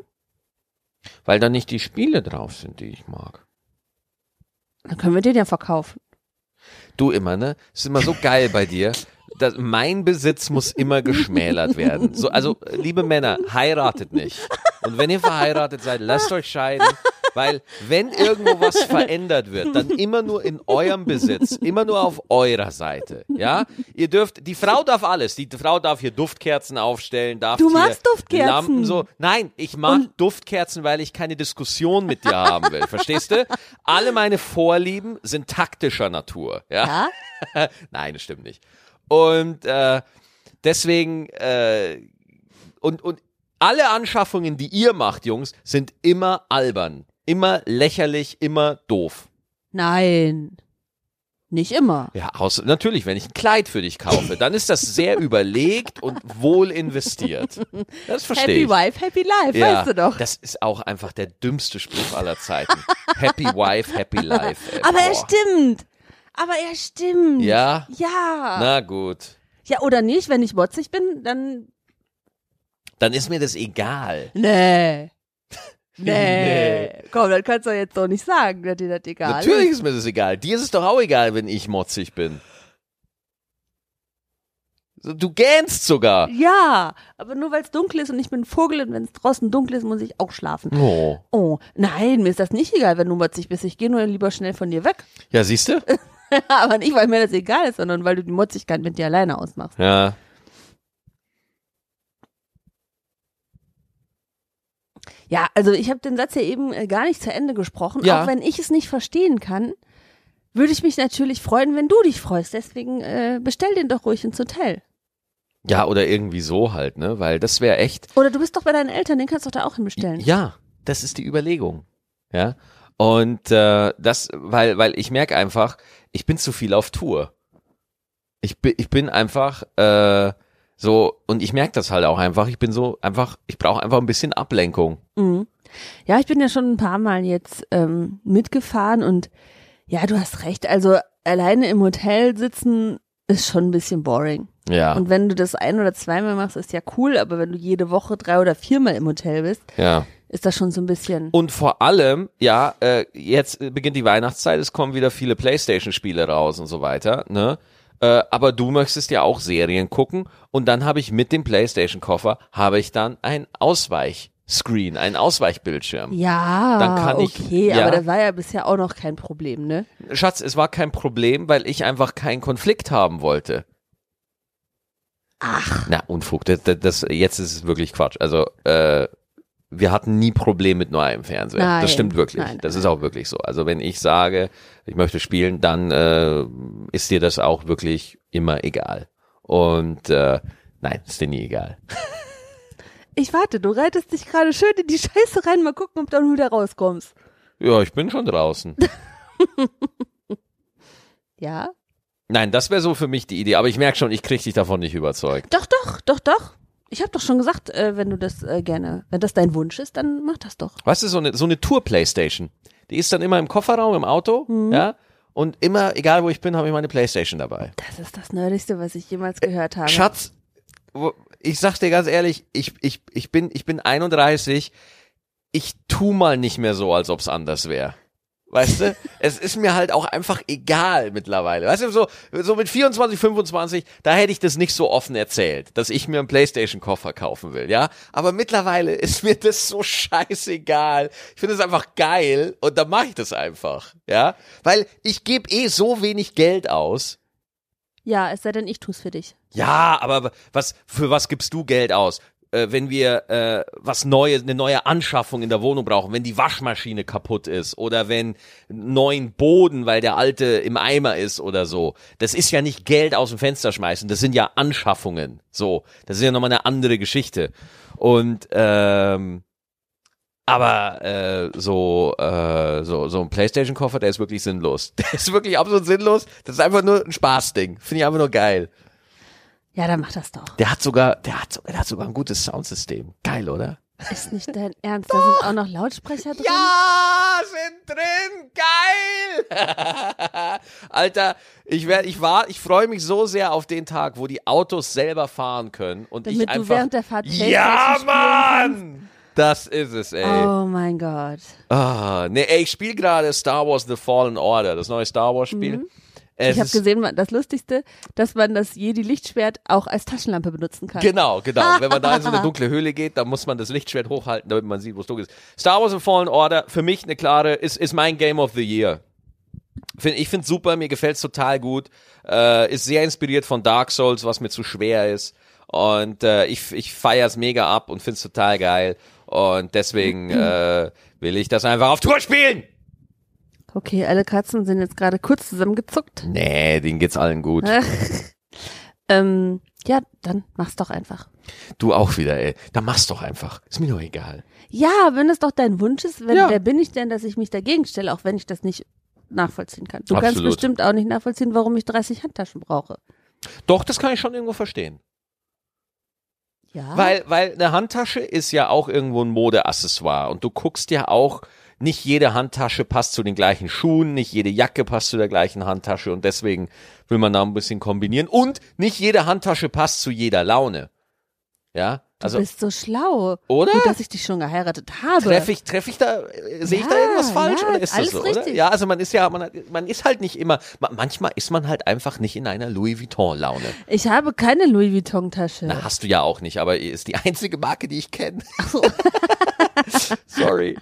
S1: weil da nicht die Spiele drauf sind, die ich mag.
S2: Dann können wir den ja verkaufen.
S1: Du immer, ne? Ist immer so geil bei dir. Das, mein Besitz muss immer geschmälert werden. So, also, liebe Männer, heiratet nicht. Und wenn ihr verheiratet seid, lasst euch scheiden. Weil, wenn irgendwo was verändert wird, dann immer nur in eurem Besitz, immer nur auf eurer Seite. Ja? Ihr dürft, die Frau darf alles. Die Frau darf hier Duftkerzen aufstellen, darf
S2: Du
S1: hier
S2: magst Duftkerzen.
S1: Lampen so. Nein, ich mag Duftkerzen, weil ich keine Diskussion mit dir haben will. Verstehst du? Alle meine Vorlieben sind taktischer Natur. Ja?
S2: Ja?
S1: Nein, das stimmt nicht. Und äh, deswegen, äh, und, und alle Anschaffungen, die ihr macht, Jungs, sind immer albern. Immer lächerlich, immer doof.
S2: Nein. Nicht immer.
S1: Ja, aus, natürlich, wenn ich ein Kleid für dich kaufe, dann ist das sehr überlegt und wohl investiert. Das verstehe
S2: Happy
S1: ich.
S2: Wife, happy life,
S1: Ja,
S2: weißt du doch.
S1: Das ist auch einfach der dümmste Spruch aller Zeiten. happy Wife, Happy Life. ey,
S2: Aber er
S1: boah.
S2: stimmt. Aber er stimmt.
S1: Ja?
S2: Ja.
S1: Na gut.
S2: Ja, oder nicht, wenn ich motzig bin, dann.
S1: Dann ist mir das egal.
S2: Nee. Nee.
S1: Nee.
S2: Komm, dann kannst du doch jetzt doch nicht sagen, dass dir das egal
S1: Natürlich ist mir das egal. Dir ist es doch auch egal, wenn ich motzig bin. So, Du gähnst sogar.
S2: ist. Ja, aber nur weil es dunkel ist und ich bin ein Vogel und wenn es draußen dunkel ist, muss ich auch schlafen.
S1: Oh.
S2: Oh, nein, mir ist das nicht egal, wenn du motzig bist. Ich gehe nur lieber schnell von dir weg.
S1: Ja, siehst du?
S2: aber nicht, weil mir das egal ist, sondern weil du die Motzigkeit mit dir alleine ausmachst.
S1: Ja.
S2: Ja, also ich habe den Satz ja eben äh, gar nicht zu Ende gesprochen.
S1: Ja.
S2: Auch wenn ich es nicht verstehen kann, würde ich mich natürlich freuen, wenn du dich freust. Deswegen äh, bestell den doch ruhig ins Hotel.
S1: Ja, oder irgendwie so halt, ne? Weil das wäre echt.
S2: Oder du bist doch bei deinen Eltern, den kannst du doch da auch hinbestellen.
S1: Ja, das ist die Überlegung. Ja. Und äh, das, weil, weil ich merke einfach, ich bin zu viel auf Tour. Ich bin, ich bin einfach äh, so, und ich merke das halt auch einfach, ich bin so einfach, ich brauche einfach ein bisschen Ablenkung.
S2: Mhm. Ja, ich bin ja schon ein paar Mal jetzt ähm, mitgefahren und ja, du hast recht. Also alleine im Hotel sitzen ist schon ein bisschen boring.
S1: Ja,
S2: Und wenn du das ein oder zweimal machst, ist ja cool, aber wenn du jede Woche drei oder viermal im Hotel bist,
S1: ja.
S2: ist das schon so ein bisschen.
S1: Und vor allem, ja, äh, jetzt äh, beginnt die Weihnachtszeit, es kommen wieder viele Playstation-Spiele raus und so weiter, ne? Äh, aber du möchtest ja auch Serien gucken und dann habe ich mit dem Playstation-Koffer, habe ich dann ein Ausweichscreen, einen Ausweichbildschirm.
S2: Ja,
S1: Dann kann ich-
S2: okay,
S1: ja.
S2: aber da war ja bisher auch noch kein Problem, ne?
S1: Schatz, es war kein Problem, weil ich einfach keinen Konflikt haben wollte. Ach. Na, Unfug, das, das, das, jetzt ist es wirklich Quatsch. Also, äh, wir hatten nie Probleme mit nur einem Fernseher.
S2: Nein.
S1: das stimmt wirklich.
S2: Nein,
S1: das ist auch wirklich so. Also, wenn ich sage, ich möchte spielen, dann äh, ist dir das auch wirklich immer egal. Und äh, nein, ist dir nie egal.
S2: Ich warte, du reitest dich gerade schön in die Scheiße rein, mal gucken, ob du dann wieder rauskommst.
S1: Ja, ich bin schon draußen.
S2: Ja?
S1: nein, das wäre so für mich die Idee. Aber ich merke schon, ich kriege dich davon nicht überzeugt.
S2: Doch, doch, doch, doch. Ich habe doch schon gesagt, äh, wenn du das äh, gerne, wenn das dein Wunsch ist, dann mach das doch.
S1: Weißt du, so eine, so eine Tour-Playstation. Die ist dann immer im Kofferraum, im Auto, ja. Und immer, egal wo ich bin, habe ich meine Playstation dabei.
S2: Das ist das Nerdigste, was ich jemals gehört habe.
S1: Schatz, wo- ich sag dir ganz ehrlich, ich, ich, ich, bin, ich bin 31. Ich tu mal nicht mehr so, als ob's anders wäre. Weißt du? es ist mir halt auch einfach egal mittlerweile. Weißt du, so, so mit 24, 25, da hätte ich das nicht so offen erzählt, dass ich mir einen Playstation-Koffer kaufen will, ja? Aber mittlerweile ist mir das so scheißegal. Ich finde es einfach geil und dann mache ich das einfach, ja? Weil ich gebe eh so wenig Geld aus,
S2: Ja, es sei denn, ich tu's für dich.
S1: Ja, aber was, für was gibst du Geld aus? Äh, wenn wir äh, was Neues, eine neue Anschaffung in der Wohnung brauchen, wenn die Waschmaschine kaputt ist oder wenn neuen Boden, weil der alte im Eimer ist oder so. Das ist ja nicht Geld aus dem Fenster schmeißen, das sind ja Anschaffungen. So, das ist ja nochmal eine andere Geschichte. Und ähm, aber äh, so, äh, so, so ein Playstation-Koffer, der ist wirklich sinnlos. Der ist wirklich absolut sinnlos. Das ist einfach nur ein Spaßding. Finde ich einfach nur geil.
S2: Ja, dann mach das doch.
S1: Der hat sogar, der hat, so- der hat sogar ein gutes Soundsystem. Geil, oder?
S2: Ist nicht dein Ernst. Da sind auch noch Lautsprecher drin.
S1: Ja, sind drin. Geil. Alter, ich werde, ich war, ich freue mich so sehr auf den Tag, wo die Autos selber fahren können und ich
S2: Damit du
S1: einfach.
S2: während der Fahrt
S1: ja,
S2: Playstation spielen
S1: Mann. Das ist es, ey.
S2: Oh mein Gott.
S1: Ah, nee, ey, ich spiele gerade Star Wars The Fallen Order, das neue Star Wars Spiel. Es
S2: Mhm. Ich habe
S1: ist-
S2: gesehen, man- das Lustigste, dass man das Jedi-Lichtschwert auch als Taschenlampe benutzen kann.
S1: Genau, genau. Wenn man da in so eine dunkle Höhle geht, dann muss man das Lichtschwert hochhalten, damit man sieht, wo es dunkel ist. Star Wars The Fallen Order, für mich eine klare, ist, ist mein Game of the Year. Find, ich finde super, mir gefällt's total gut. Äh, ist sehr inspiriert von Dark Souls, was mir zu schwer ist. Und äh, ich, ich feier's mega ab und find's total geil. Und deswegen äh, will ich das einfach auf Tour spielen.
S2: Okay, alle Katzen sind jetzt gerade kurz zusammengezuckt.
S1: Nee, denen geht's allen gut.
S2: Ähm, ja, dann mach's doch einfach.
S1: Du auch wieder, ey. Dann mach's doch einfach. Ist mir doch egal.
S2: Ja, wenn es doch dein Wunsch ist, wenn,
S1: Ja.
S2: wer bin ich denn, dass ich mich dagegen stelle, auch wenn ich das nicht nachvollziehen kann. Du kannst
S1: Absolut.
S2: bestimmt auch nicht nachvollziehen, warum ich 30 Handtaschen brauche.
S1: Doch, das kann ich schon irgendwo verstehen.
S2: Ja.
S1: Weil, weil eine Handtasche ist ja auch irgendwo ein Modeaccessoire und du guckst ja auch, nicht jede Handtasche passt zu den gleichen Schuhen, nicht jede Jacke passt zu der gleichen Handtasche und deswegen will man da ein bisschen kombinieren und nicht jede Handtasche passt zu jeder Laune. Ja, also
S2: du bist so schlau.
S1: Oder?
S2: Gut, dass ich dich schon geheiratet habe.
S1: Treffe ich, treff ich da, äh, sehe ich da
S2: Ja,
S1: irgendwas falsch
S2: ja,
S1: oder ist
S2: alles
S1: das so? Oder?
S2: richtig.
S1: Ja, also man ist ja, man, hat- man ist halt nicht immer, ma- manchmal ist man halt einfach nicht in einer Louis Vuitton-Laune.
S2: Ich habe keine Louis Vuitton-Tasche.
S1: Na, hast du ja auch nicht, aber ist die einzige Marke, die ich kenne. Sorry.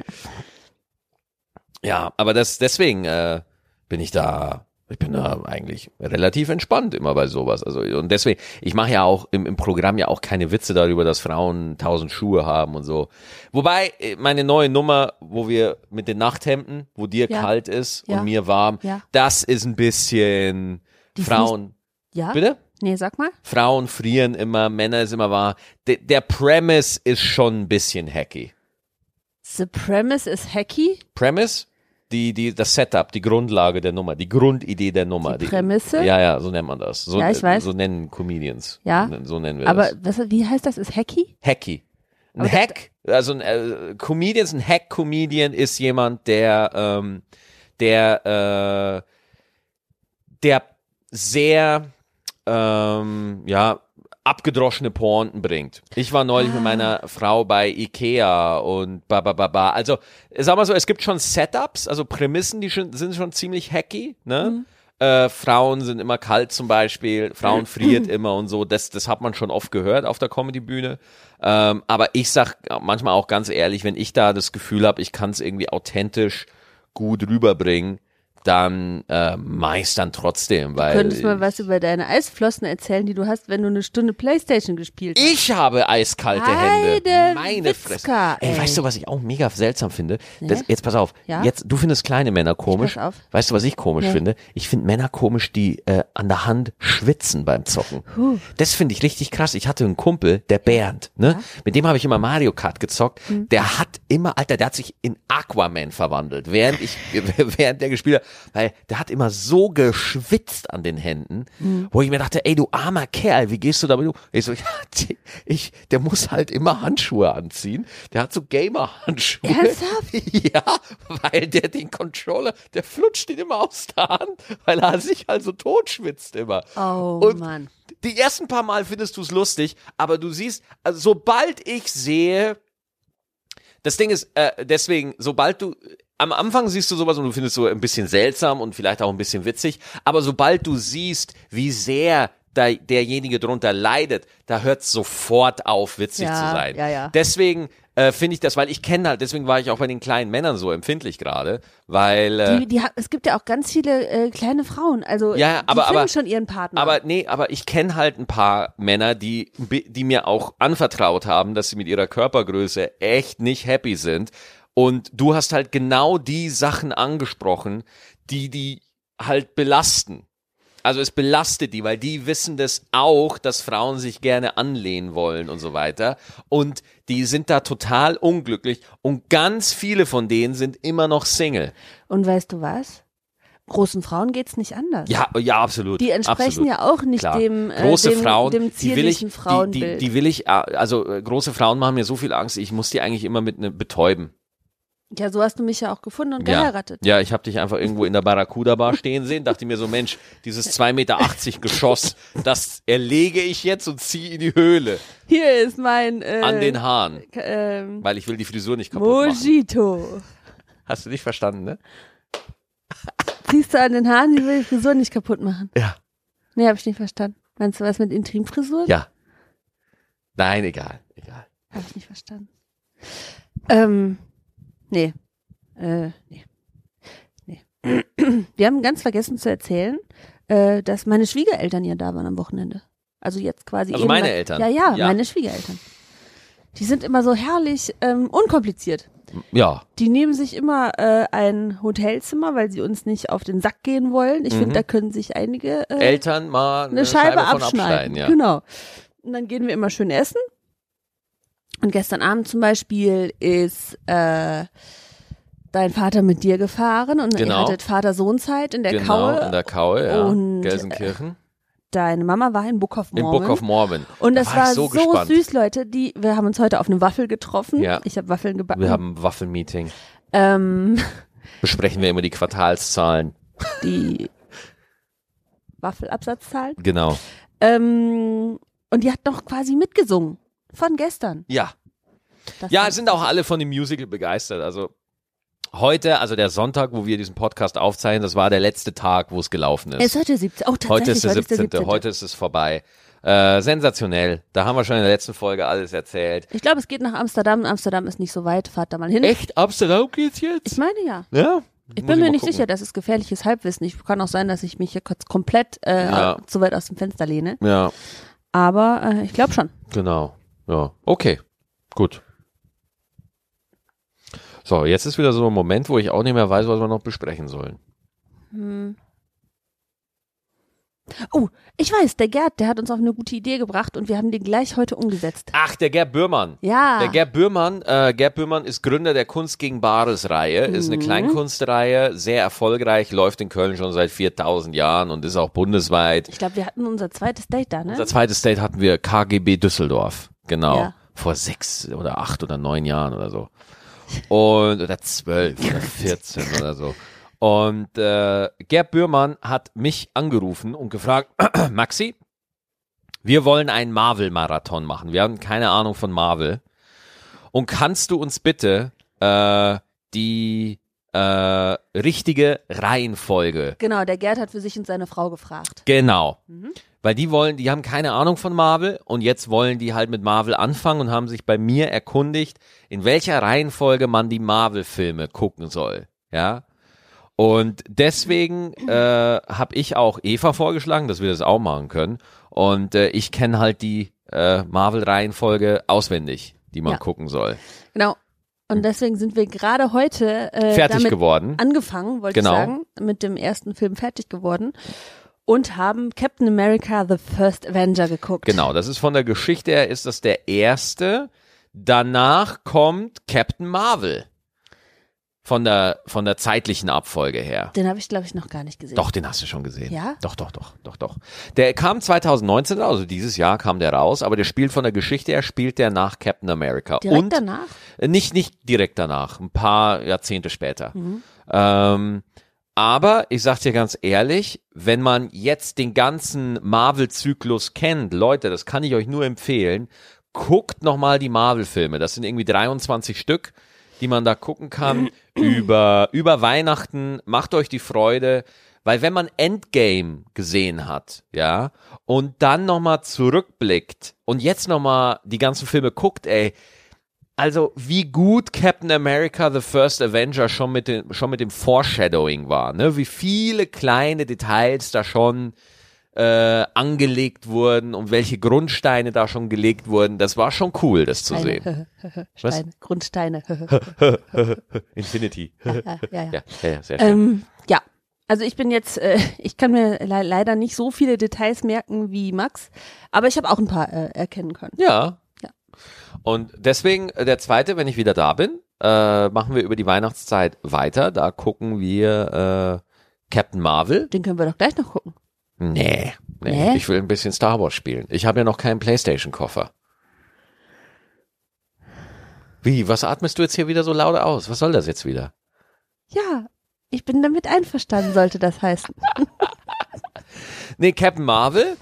S1: Ja, aber das deswegen äh, bin ich da. Ich bin da eigentlich relativ entspannt immer bei sowas. Also und deswegen, ich mache ja auch im, im Programm ja auch keine Witze darüber, dass Frauen tausend Schuhe haben und so. Wobei äh, meine neue Nummer, wo wir mit den Nachthemden, wo dir
S2: Ja.
S1: kalt ist
S2: Ja.
S1: und mir warm,
S2: Ja.
S1: das ist ein bisschen
S2: Die finde ich-
S1: Frauen.
S2: Ja?
S1: Bitte?
S2: Nee, sag mal.
S1: Frauen frieren immer, Männer ist immer wahr. De der Premise ist schon ein bisschen hacky.
S2: The premise is hacky.
S1: Premise? Die, die, das Setup, die Grundlage der Nummer, die Grundidee der Nummer.
S2: Die Prämisse?
S1: Ja, ja, so nennt man das. So,
S2: Ja, ich weiß.
S1: So nennen Comedians.
S2: Ja.
S1: So nennen wir
S2: Aber
S1: das.
S2: was, wie heißt das? Ist hacky?
S1: Hacky. Ein
S2: Aber das-
S1: Hack, also ein äh, Comedians, ein Hack-Comedian ist jemand, der, ähm, der, äh, der sehr, ähm, ja, abgedroschene Pointen bringt. Ich war neulich mit
S2: Ah.
S1: meiner Frau bei Ikea und ba ba ba ba. Also, sag mal so, es gibt schon Setups, also Prämissen, die schon, sind schon ziemlich hacky, ne?
S2: Mhm.
S1: Äh, Frauen sind immer kalt zum Beispiel, Frauen friert immer und so, das, das hat man schon oft gehört auf der Comedy-Bühne. Ähm, aber ich sag manchmal auch ganz ehrlich, wenn ich da das Gefühl habe, ich kann es irgendwie authentisch gut rüberbringen, dann äh, meistern trotzdem, weil
S2: Könntest du mal was über deine Eisflossen erzählen, die du hast, wenn du eine Stunde Playstation gespielt hast?
S1: Ich habe eiskalte Hände.
S2: Heide
S1: Meine
S2: Witzka,
S1: Fresse. Ey,
S2: ey.
S1: weißt du, was ich auch mega seltsam finde? Das,
S2: Nee.
S1: jetzt pass auf.
S2: Ja?
S1: Jetzt, du findest kleine Männer komisch.
S2: pass auf.
S1: Weißt du, was ich komisch
S2: Nee.
S1: finde? Ich finde Männer komisch, die äh, an der Hand schwitzen beim Zocken. Das finde ich richtig krass. Ich hatte einen Kumpel, der Bernd, ne? Mit dem habe ich immer Mario Kart gezockt.
S2: Hm.
S1: Der hat immer, Alter, der hat sich in Aquaman verwandelt, während ich, während der gespielt hat, weil der hat immer so geschwitzt an den Händen,
S2: Hm.
S1: wo ich mir dachte, ey, du armer Kerl, wie gehst du damit um? Ich so, ja, ich, der muss halt immer Handschuhe anziehen. Der hat so Gamer-Handschuhe.
S2: Ernsthaft?
S1: Ja, weil der den Controller, der flutscht ihn immer aus der Hand, weil er sich halt so totschwitzt immer.
S2: Oh
S1: Und
S2: Mann.
S1: Die ersten paar Mal findest du es lustig, aber du siehst, also sobald ich sehe, das Ding ist, äh, deswegen, sobald du, am Anfang siehst du sowas und du findest so ein bisschen seltsam und vielleicht auch ein bisschen witzig, aber sobald du siehst, wie sehr da, derjenige drunter leidet, da hört sofort auf, witzig
S2: Ja,
S1: zu sein.
S2: ja, ja.
S1: Deswegen äh, finde ich das, weil ich kenne halt, deswegen war ich auch bei den kleinen Männern so empfindlich gerade, weil äh,
S2: Die, die, ha- es gibt ja auch ganz viele äh, kleine Frauen, also
S1: Ja,
S2: die
S1: aber-
S2: finden
S1: aber-
S2: schon ihren Partner.
S1: Aber nee, aber ich kenne halt ein paar Männer, die, die mir auch anvertraut haben, dass sie mit ihrer Körpergröße echt nicht happy sind. Und du hast halt genau die Sachen angesprochen, die die halt belasten. Also es belastet die, weil die wissen das auch, dass Frauen sich gerne anlehnen wollen und so weiter. Und die sind da total unglücklich. Und ganz viele von denen sind immer noch Single.
S2: Und weißt du was? Großen Frauen geht's nicht anders.
S1: Ja, ja, absolut.
S2: Die entsprechen
S1: absolut.
S2: ja auch nicht
S1: Klar.
S2: dem, äh,
S1: große
S2: dem,
S1: Frauen,
S2: dem
S1: die will ich,
S2: zierlichen
S1: die, die,
S2: Frauenbild.
S1: die will ich, äh, also äh, große Frauen machen mir so viel Angst, ich muss die eigentlich immer mit ne, betäuben.
S2: ja, so hast du mich ja auch gefunden und
S1: Ja.
S2: geheiratet.
S1: ja, ich habe dich einfach irgendwo in der Barracuda-Bar stehen sehen, dachte mir so, Mensch, dieses 2,80 Meter Geschoss, das erlege ich jetzt und ziehe in die Höhle
S2: Hier ist mein äh,
S1: an den Haaren,
S2: K- ähm,
S1: weil ich will die Frisur nicht kaputt machen.
S2: Mojito.
S1: Hast du nicht verstanden, ne?
S2: Ziehst du an den Haaren, die will die Frisur nicht kaputt machen.
S1: Ja.
S2: Nee, habe ich nicht verstanden. Meinst du was mit Intimfrisur?
S1: Ja. Nein, egal, egal.
S2: Habe ich nicht verstanden. Ähm, nee. Äh, nee. Nee. Wir haben ganz vergessen zu erzählen, äh, dass meine Schwiegereltern ja da waren am Wochenende. Also jetzt quasi.
S1: Also
S2: eben
S1: meine
S2: mein-
S1: Eltern?
S2: Ja, ja,
S1: Ja.
S2: meine Schwiegereltern. Die sind immer so herrlich ähm, unkompliziert.
S1: Ja,
S2: Die nehmen sich immer äh, ein Hotelzimmer, weil sie uns nicht auf den Sack gehen wollen. Ich
S1: Mhm.
S2: finde, da können sich einige äh,
S1: Eltern mal
S2: eine Scheibe,
S1: von
S2: abschneiden.
S1: ja.
S2: Genau. Und dann gehen wir immer schön essen. Und gestern Abend zum Beispiel ist äh, dein Vater mit dir gefahren und
S1: Genau.
S2: ihr hattet Vater-Sohn-Zeit in der
S1: genau,
S2: Kaue.
S1: in der Kaue, ja.
S2: Und,
S1: Gelsenkirchen.
S2: Deine Mama war in Book of
S1: In
S2: Mormon.
S1: Book of Mormon.
S2: und
S1: Da
S2: das
S1: war
S2: war
S1: ich so
S2: so
S1: gespannt.
S2: süß, Leute. Die, wir haben uns heute auf eine Waffel getroffen.
S1: Ja.
S2: Ich habe Waffeln gebacken.
S1: Wir haben ein Waffelmeeting.
S2: ähm,
S1: Besprechen wir immer die Quartalszahlen.
S2: die Waffelabsatzzahlen.
S1: Genau.
S2: Ähm, und die hat noch quasi mitgesungen von gestern.
S1: Ja.
S2: Das
S1: Ja,
S2: war-
S1: es sind auch alle von dem Musical begeistert. Also heute, also der Sonntag, wo wir diesen Podcast aufzeichnen, das war der letzte Tag, wo es gelaufen ist.
S2: Es ist heute der 17. Oh, tatsächlich,
S1: Heute ist der 17.
S2: 17..
S1: Heute ist es vorbei. Äh, sensationell. Da haben wir schon in der letzten Folge alles erzählt.
S2: Ich glaube, es geht nach Amsterdam. Amsterdam ist nicht so weit. Fahrt da mal hin.
S1: Echt? Amsterdam geht's
S2: Ich
S1: jetzt?
S2: meine ja.
S1: Ja.
S2: Ich
S1: Muss
S2: bin mir
S1: mal
S2: nicht
S1: gucken.
S2: sicher, das ist gefährliches Halbwissen. Ich kann auch sein, dass ich mich hier kurz komplett äh,
S1: Ja.
S2: zu weit aus dem Fenster lehne.
S1: Ja,
S2: Aber äh, ich glaube schon.
S1: genau. Ja. Okay. Gut. So, jetzt ist wieder so ein Moment, wo ich auch nicht mehr weiß, was wir noch besprechen sollen.
S2: Oh, ich weiß, der Gerd, der hat uns auf eine gute Idee gebracht und wir haben die gleich heute umgesetzt.
S1: Ach, der Gerd Bührmann.
S2: Ja.
S1: Der Gerd Bührmann, äh, Gerd Bührmann ist Gründer der Kunst gegen Bares-Reihe, ist eine Kleinkunstreihe, sehr erfolgreich, läuft in Köln schon seit 4000 Jahren und ist auch bundesweit.
S2: Ich glaube, wir hatten unser zweites Date da, ne?
S1: Unser zweites Date hatten wir KGB Düsseldorf, genau,
S2: Ja.
S1: vor sechs oder acht oder neun Jahren oder so. Und, oder zwölf oder 14 oder so. Und äh, Gerd Bührmann hat mich angerufen und gefragt, Maxi, wir wollen einen Marvel-Marathon machen. Wir haben keine Ahnung von Marvel. Und kannst du uns bitte äh, die äh, richtige Reihenfolge
S2: genau, der Gerd hat für sich und seine Frau gefragt.
S1: Genau.
S2: Mhm.
S1: Weil die wollen, die haben keine Ahnung von Marvel und jetzt wollen die halt mit Marvel anfangen und haben sich bei mir erkundigt, in welcher Reihenfolge man die Marvel-Filme gucken soll. Ja. Und deswegen äh, habe ich auch Eva vorgeschlagen, dass wir das auch machen können. Und äh, ich kenne halt die äh, Marvel-Reihenfolge auswendig, die man
S2: Ja.
S1: gucken soll.
S2: Genau. Und deswegen sind wir gerade heute äh,
S1: Fertig
S2: damit
S1: geworden.
S2: angefangen, wollte
S1: Genau.
S2: ich sagen, mit dem ersten Film fertig geworden und haben Captain America The First Avenger geguckt.
S1: Genau, das ist von der Geschichte her, ist das der erste. Danach kommt Captain Marvel. Von der, von der zeitlichen Abfolge her.
S2: Den habe ich, glaube ich, noch gar nicht gesehen.
S1: Doch, den hast du schon gesehen.
S2: Ja?
S1: Doch, doch, doch, doch, doch. Der kam 2019, raus, also dieses Jahr kam der raus, aber der spielt von der Geschichte her, spielt der nach Captain America.
S2: Direkt
S1: Und
S2: danach?
S1: äh, Nicht, nicht direkt danach, ein paar Jahrzehnte später. Ähm, aber ich sag dir ganz ehrlich, wenn man jetzt den ganzen Marvel-Zyklus kennt, Leute, das kann ich euch nur empfehlen, guckt nochmal die Marvel-Filme. Das sind irgendwie 23 Stück, die man da gucken kann über, über Weihnachten. Macht euch die Freude. Weil wenn man Endgame gesehen hat, ja, und dann nochmal zurückblickt und jetzt nochmal die ganzen Filme guckt, ey, also wie gut Captain America The First Avenger schon mit dem, schon mit dem Foreshadowing war, ne? Wie viele kleine Details da schon äh, angelegt wurden und welche Grundsteine da schon gelegt wurden. Das war schon cool, das zu sehen.
S2: Steine. Steine. Grundsteine.
S1: Infinity.
S2: ja, ja, ja.
S1: Ja, ja, ja, sehr schön.
S2: Ähm, ja, also ich bin jetzt, äh, ich kann mir le leider nicht so viele Details merken wie Max, aber ich habe auch ein paar äh, erkennen können.
S1: ja.
S2: ja.
S1: Und deswegen äh, der zweite, wenn ich wieder da bin, äh, machen wir über die Weihnachtszeit weiter. Da gucken wir äh, Captain Marvel.
S2: Den können wir doch gleich noch gucken.
S1: Nee, nee,
S2: Nee?
S1: ich will ein bisschen Star Wars spielen. Ich habe ja noch keinen Playstation-Koffer. Wie, was atmest du jetzt hier wieder so laut aus? Was soll das jetzt wieder?
S2: Ja, ich bin damit einverstanden, sollte das heißen.
S1: Nee, Captain Marvel.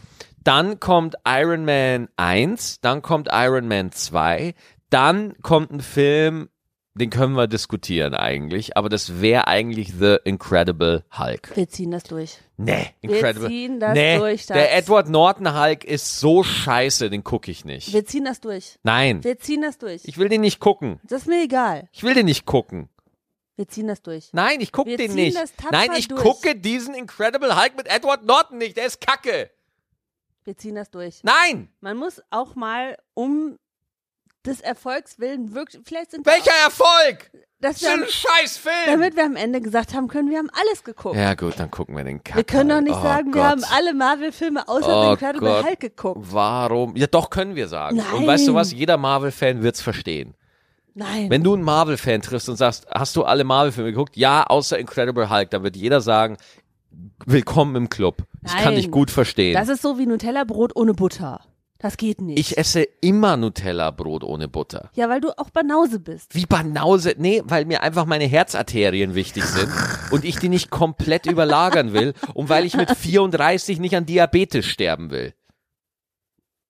S1: Dann kommt Iron Man 1, dann kommt Iron Man 2, dann kommt ein Film, den können wir diskutieren eigentlich, aber das wäre eigentlich The Incredible Hulk.
S2: Wir ziehen das durch.
S1: Nee, Incredible.
S2: ziehen das
S1: nee,
S2: durch, Schatz.
S1: der Edward Norton Hulk ist so scheiße, den gucke ich nicht.
S2: Wir ziehen das durch.
S1: Nein,
S2: Wir ziehen das durch.
S1: ich will den nicht gucken.
S2: das ist mir egal.
S1: Ich will den nicht gucken.
S2: Wir ziehen das durch.
S1: Nein, ich gucke
S2: Wir
S1: den
S2: ziehen
S1: nicht.
S2: das tapfer
S1: Nein, ich
S2: durch.
S1: gucke diesen Incredible Hulk mit Edward Norton nicht. Der ist kacke.
S2: Wir ziehen das durch.
S1: Nein.
S2: Man muss auch mal um des Erfolgs willen wirklich, vielleicht sind
S1: Welcher
S2: wir,
S1: Erfolg?
S2: dass
S1: Das
S2: wir
S1: ist
S2: am,
S1: ein Scheißfilm.
S2: damit wir am Ende gesagt haben können, wir haben alles geguckt.
S1: Ja, gut, dann gucken wir den Kack.
S2: Wir können doch
S1: an.
S2: nicht
S1: oh
S2: sagen,
S1: Gott.
S2: wir haben alle Marvel-Filme außer
S1: Oh
S2: The Incredible
S1: Gott.
S2: Hulk geguckt.
S1: Warum? Ja, doch können wir sagen. Und
S2: Nein.
S1: weißt du was? Jeder Marvel-Fan wird's verstehen.
S2: Nein.
S1: Wenn du einen Marvel-Fan triffst und sagst, hast du alle Marvel-Filme geguckt? Ja, außer Incredible Hulk. Dann wird jeder sagen, willkommen im Club. Ich kann
S2: Nein.
S1: dich gut verstehen.
S2: das ist so wie Nutella-Brot ohne Butter. Das geht nicht.
S1: ich esse immer Nutella-Brot ohne Butter.
S2: ja, weil du auch Banause bist.
S1: Wie Banause. Nee, weil mir einfach meine Herzarterien wichtig sind und ich die nicht komplett überlagern will und weil ich mit 34 nicht an Diabetes sterben will.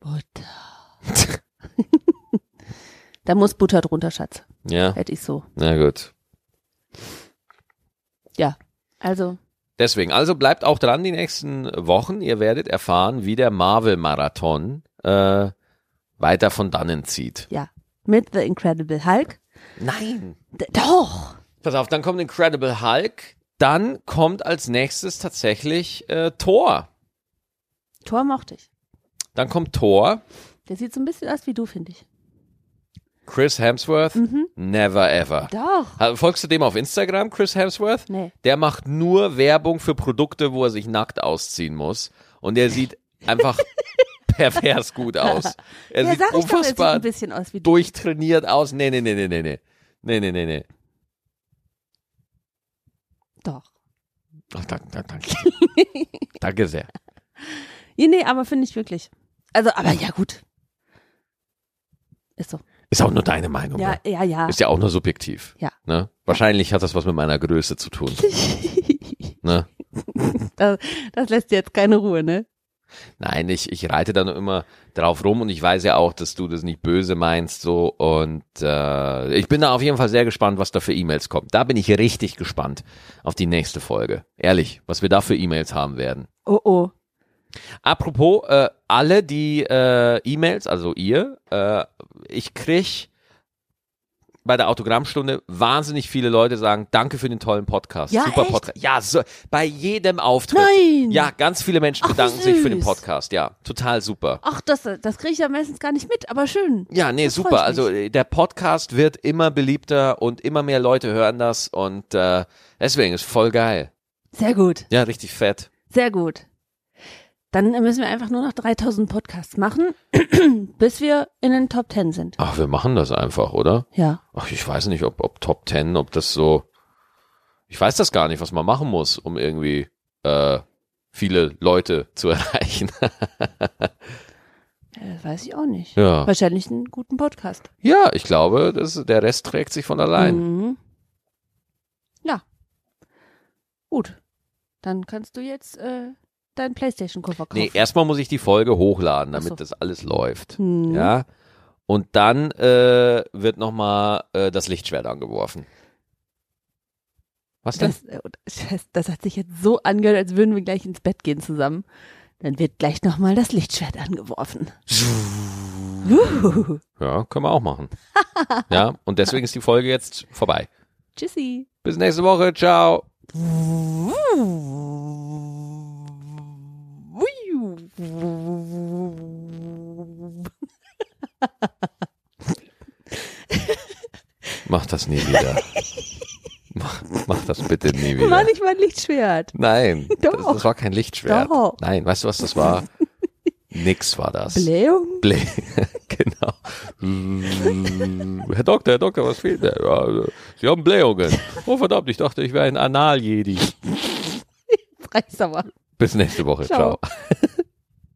S2: Butter. da muss Butter drunter, Schatz.
S1: Ja,
S2: Hätte ich so.
S1: na gut.
S2: Ja. Also,
S1: Deswegen, also bleibt auch dran die nächsten Wochen. Ihr werdet erfahren, wie der Marvel-Marathon äh, weiter von dannen zieht.
S2: ja. Mit The Incredible Hulk.
S1: Nein.
S2: D doch.
S1: Pass auf, dann kommt Incredible Hulk. Dann kommt als nächstes tatsächlich äh, Thor.
S2: Tor mochte ich.
S1: Dann kommt Thor,
S2: Der sieht so ein bisschen aus wie du, finde ich.
S1: Chris Hemsworth, Never Ever.
S2: Doch.
S1: Ha- Folgst du dem auf Instagram, Chris Hemsworth?
S2: Nee.
S1: Der macht nur Werbung für Produkte, wo er sich nackt ausziehen muss. Und der sieht einfach pervers gut aus. Er
S2: ja,
S1: sieht
S2: sag ich doch, er sieht
S1: unfassbar
S2: ein bisschen aus wie du.
S1: durchtrainiert aus. Nee, nee, nee, nee, nee, nee. Nee, nee, nee, nee.
S2: Doch.
S1: Ach, danke, danke, danke. danke sehr.
S2: Ja, nee, aber finde ich wirklich. Also, aber ja, gut. Ist so.
S1: Ist auch nur deine Meinung.
S2: Ja,
S1: ne?
S2: ja, ja.
S1: Ist ja auch nur subjektiv.
S2: Ja.
S1: Ne? Wahrscheinlich hat das was mit meiner Größe zu tun. Ne?
S2: das, das lässt dir jetzt keine Ruhe, ne?
S1: Nein, ich, ich reite da nur immer drauf rum und ich weiß ja auch, dass du das nicht böse meinst so und äh, ich bin da auf jeden Fall sehr gespannt, was da für E-Mails kommt. Da bin ich richtig gespannt auf die nächste Folge. Ehrlich, was wir da für E-Mails haben werden.
S2: Oh, oh.
S1: Apropos, äh, alle die äh, E-Mails, also ihr, äh, ich krieg bei der Autogrammstunde wahnsinnig viele Leute sagen, danke für den tollen Podcast.
S2: Ja,
S1: Super
S2: echt?
S1: Podcast. Ja, so, bei jedem Auftritt.
S2: Nein!
S1: Ja, ganz viele Menschen
S2: Ach, wie
S1: bedanken sich für den
S2: süß.
S1: Podcast. Ja, total super.
S2: Ach, das, das kriege ich ja meistens gar nicht mit, aber schön.
S1: Ja, nee,
S2: Das freut
S1: super.
S2: mich.
S1: Also äh, der Podcast wird immer beliebter und immer mehr Leute hören das und äh, deswegen ist voll geil.
S2: Sehr gut,
S1: Ja, richtig fett.
S2: sehr gut. Dann müssen wir einfach nur noch 3000 Podcasts machen, bis wir in den Top 10 sind.
S1: Ach, wir machen das einfach, oder?
S2: Ja.
S1: Ach, ich weiß nicht, ob, ob Top Ten, ob das so. Ich weiß das gar nicht, was man machen muss, um irgendwie äh, viele Leute zu erreichen.
S2: Ja, Das Äh, weiß ich auch nicht.
S1: ja.
S2: Wahrscheinlich einen guten Podcast.
S1: ja, ich glaube, das, der Rest trägt sich von allein.
S2: Mhm. Ja. Gut. Dann kannst du jetzt äh, deinen Playstation-Koffer kaufen.
S1: Nee, erstmal muss ich die Folge hochladen, damit
S2: Ach so.
S1: das alles läuft.
S2: Mhm.
S1: Ja. Und dann äh, wird nochmal äh, das Lichtschwert angeworfen. Was denn?
S2: Das, äh, Scheiß, das hat sich jetzt so angehört, als würden wir gleich ins Bett gehen zusammen. Dann wird gleich nochmal das Lichtschwert angeworfen. Uhuhu.
S1: Ja, können wir auch machen. ja, und deswegen ist die Folge jetzt vorbei.
S2: Tschüssi.
S1: Bis nächste Woche. Ciao. Mach das nie wieder. mach, mach das bitte nie wieder.
S2: War nicht mein Lichtschwert.
S1: Nein, Das,
S2: Doch.
S1: das war kein Lichtschwert.
S2: Doch.
S1: Nein, weißt du, was das war? Nix war das.
S2: Blähung?
S1: Blä genau. Mm, Herr Doktor, Herr Doktor, was fehlt denn? Ja, also, Sie haben Blähungen. Oh verdammt, ich dachte, ich wäre ein Anal-Jedi.
S2: Reich's aber.
S1: Bis nächste Woche.
S2: Ciao.
S1: Ciao.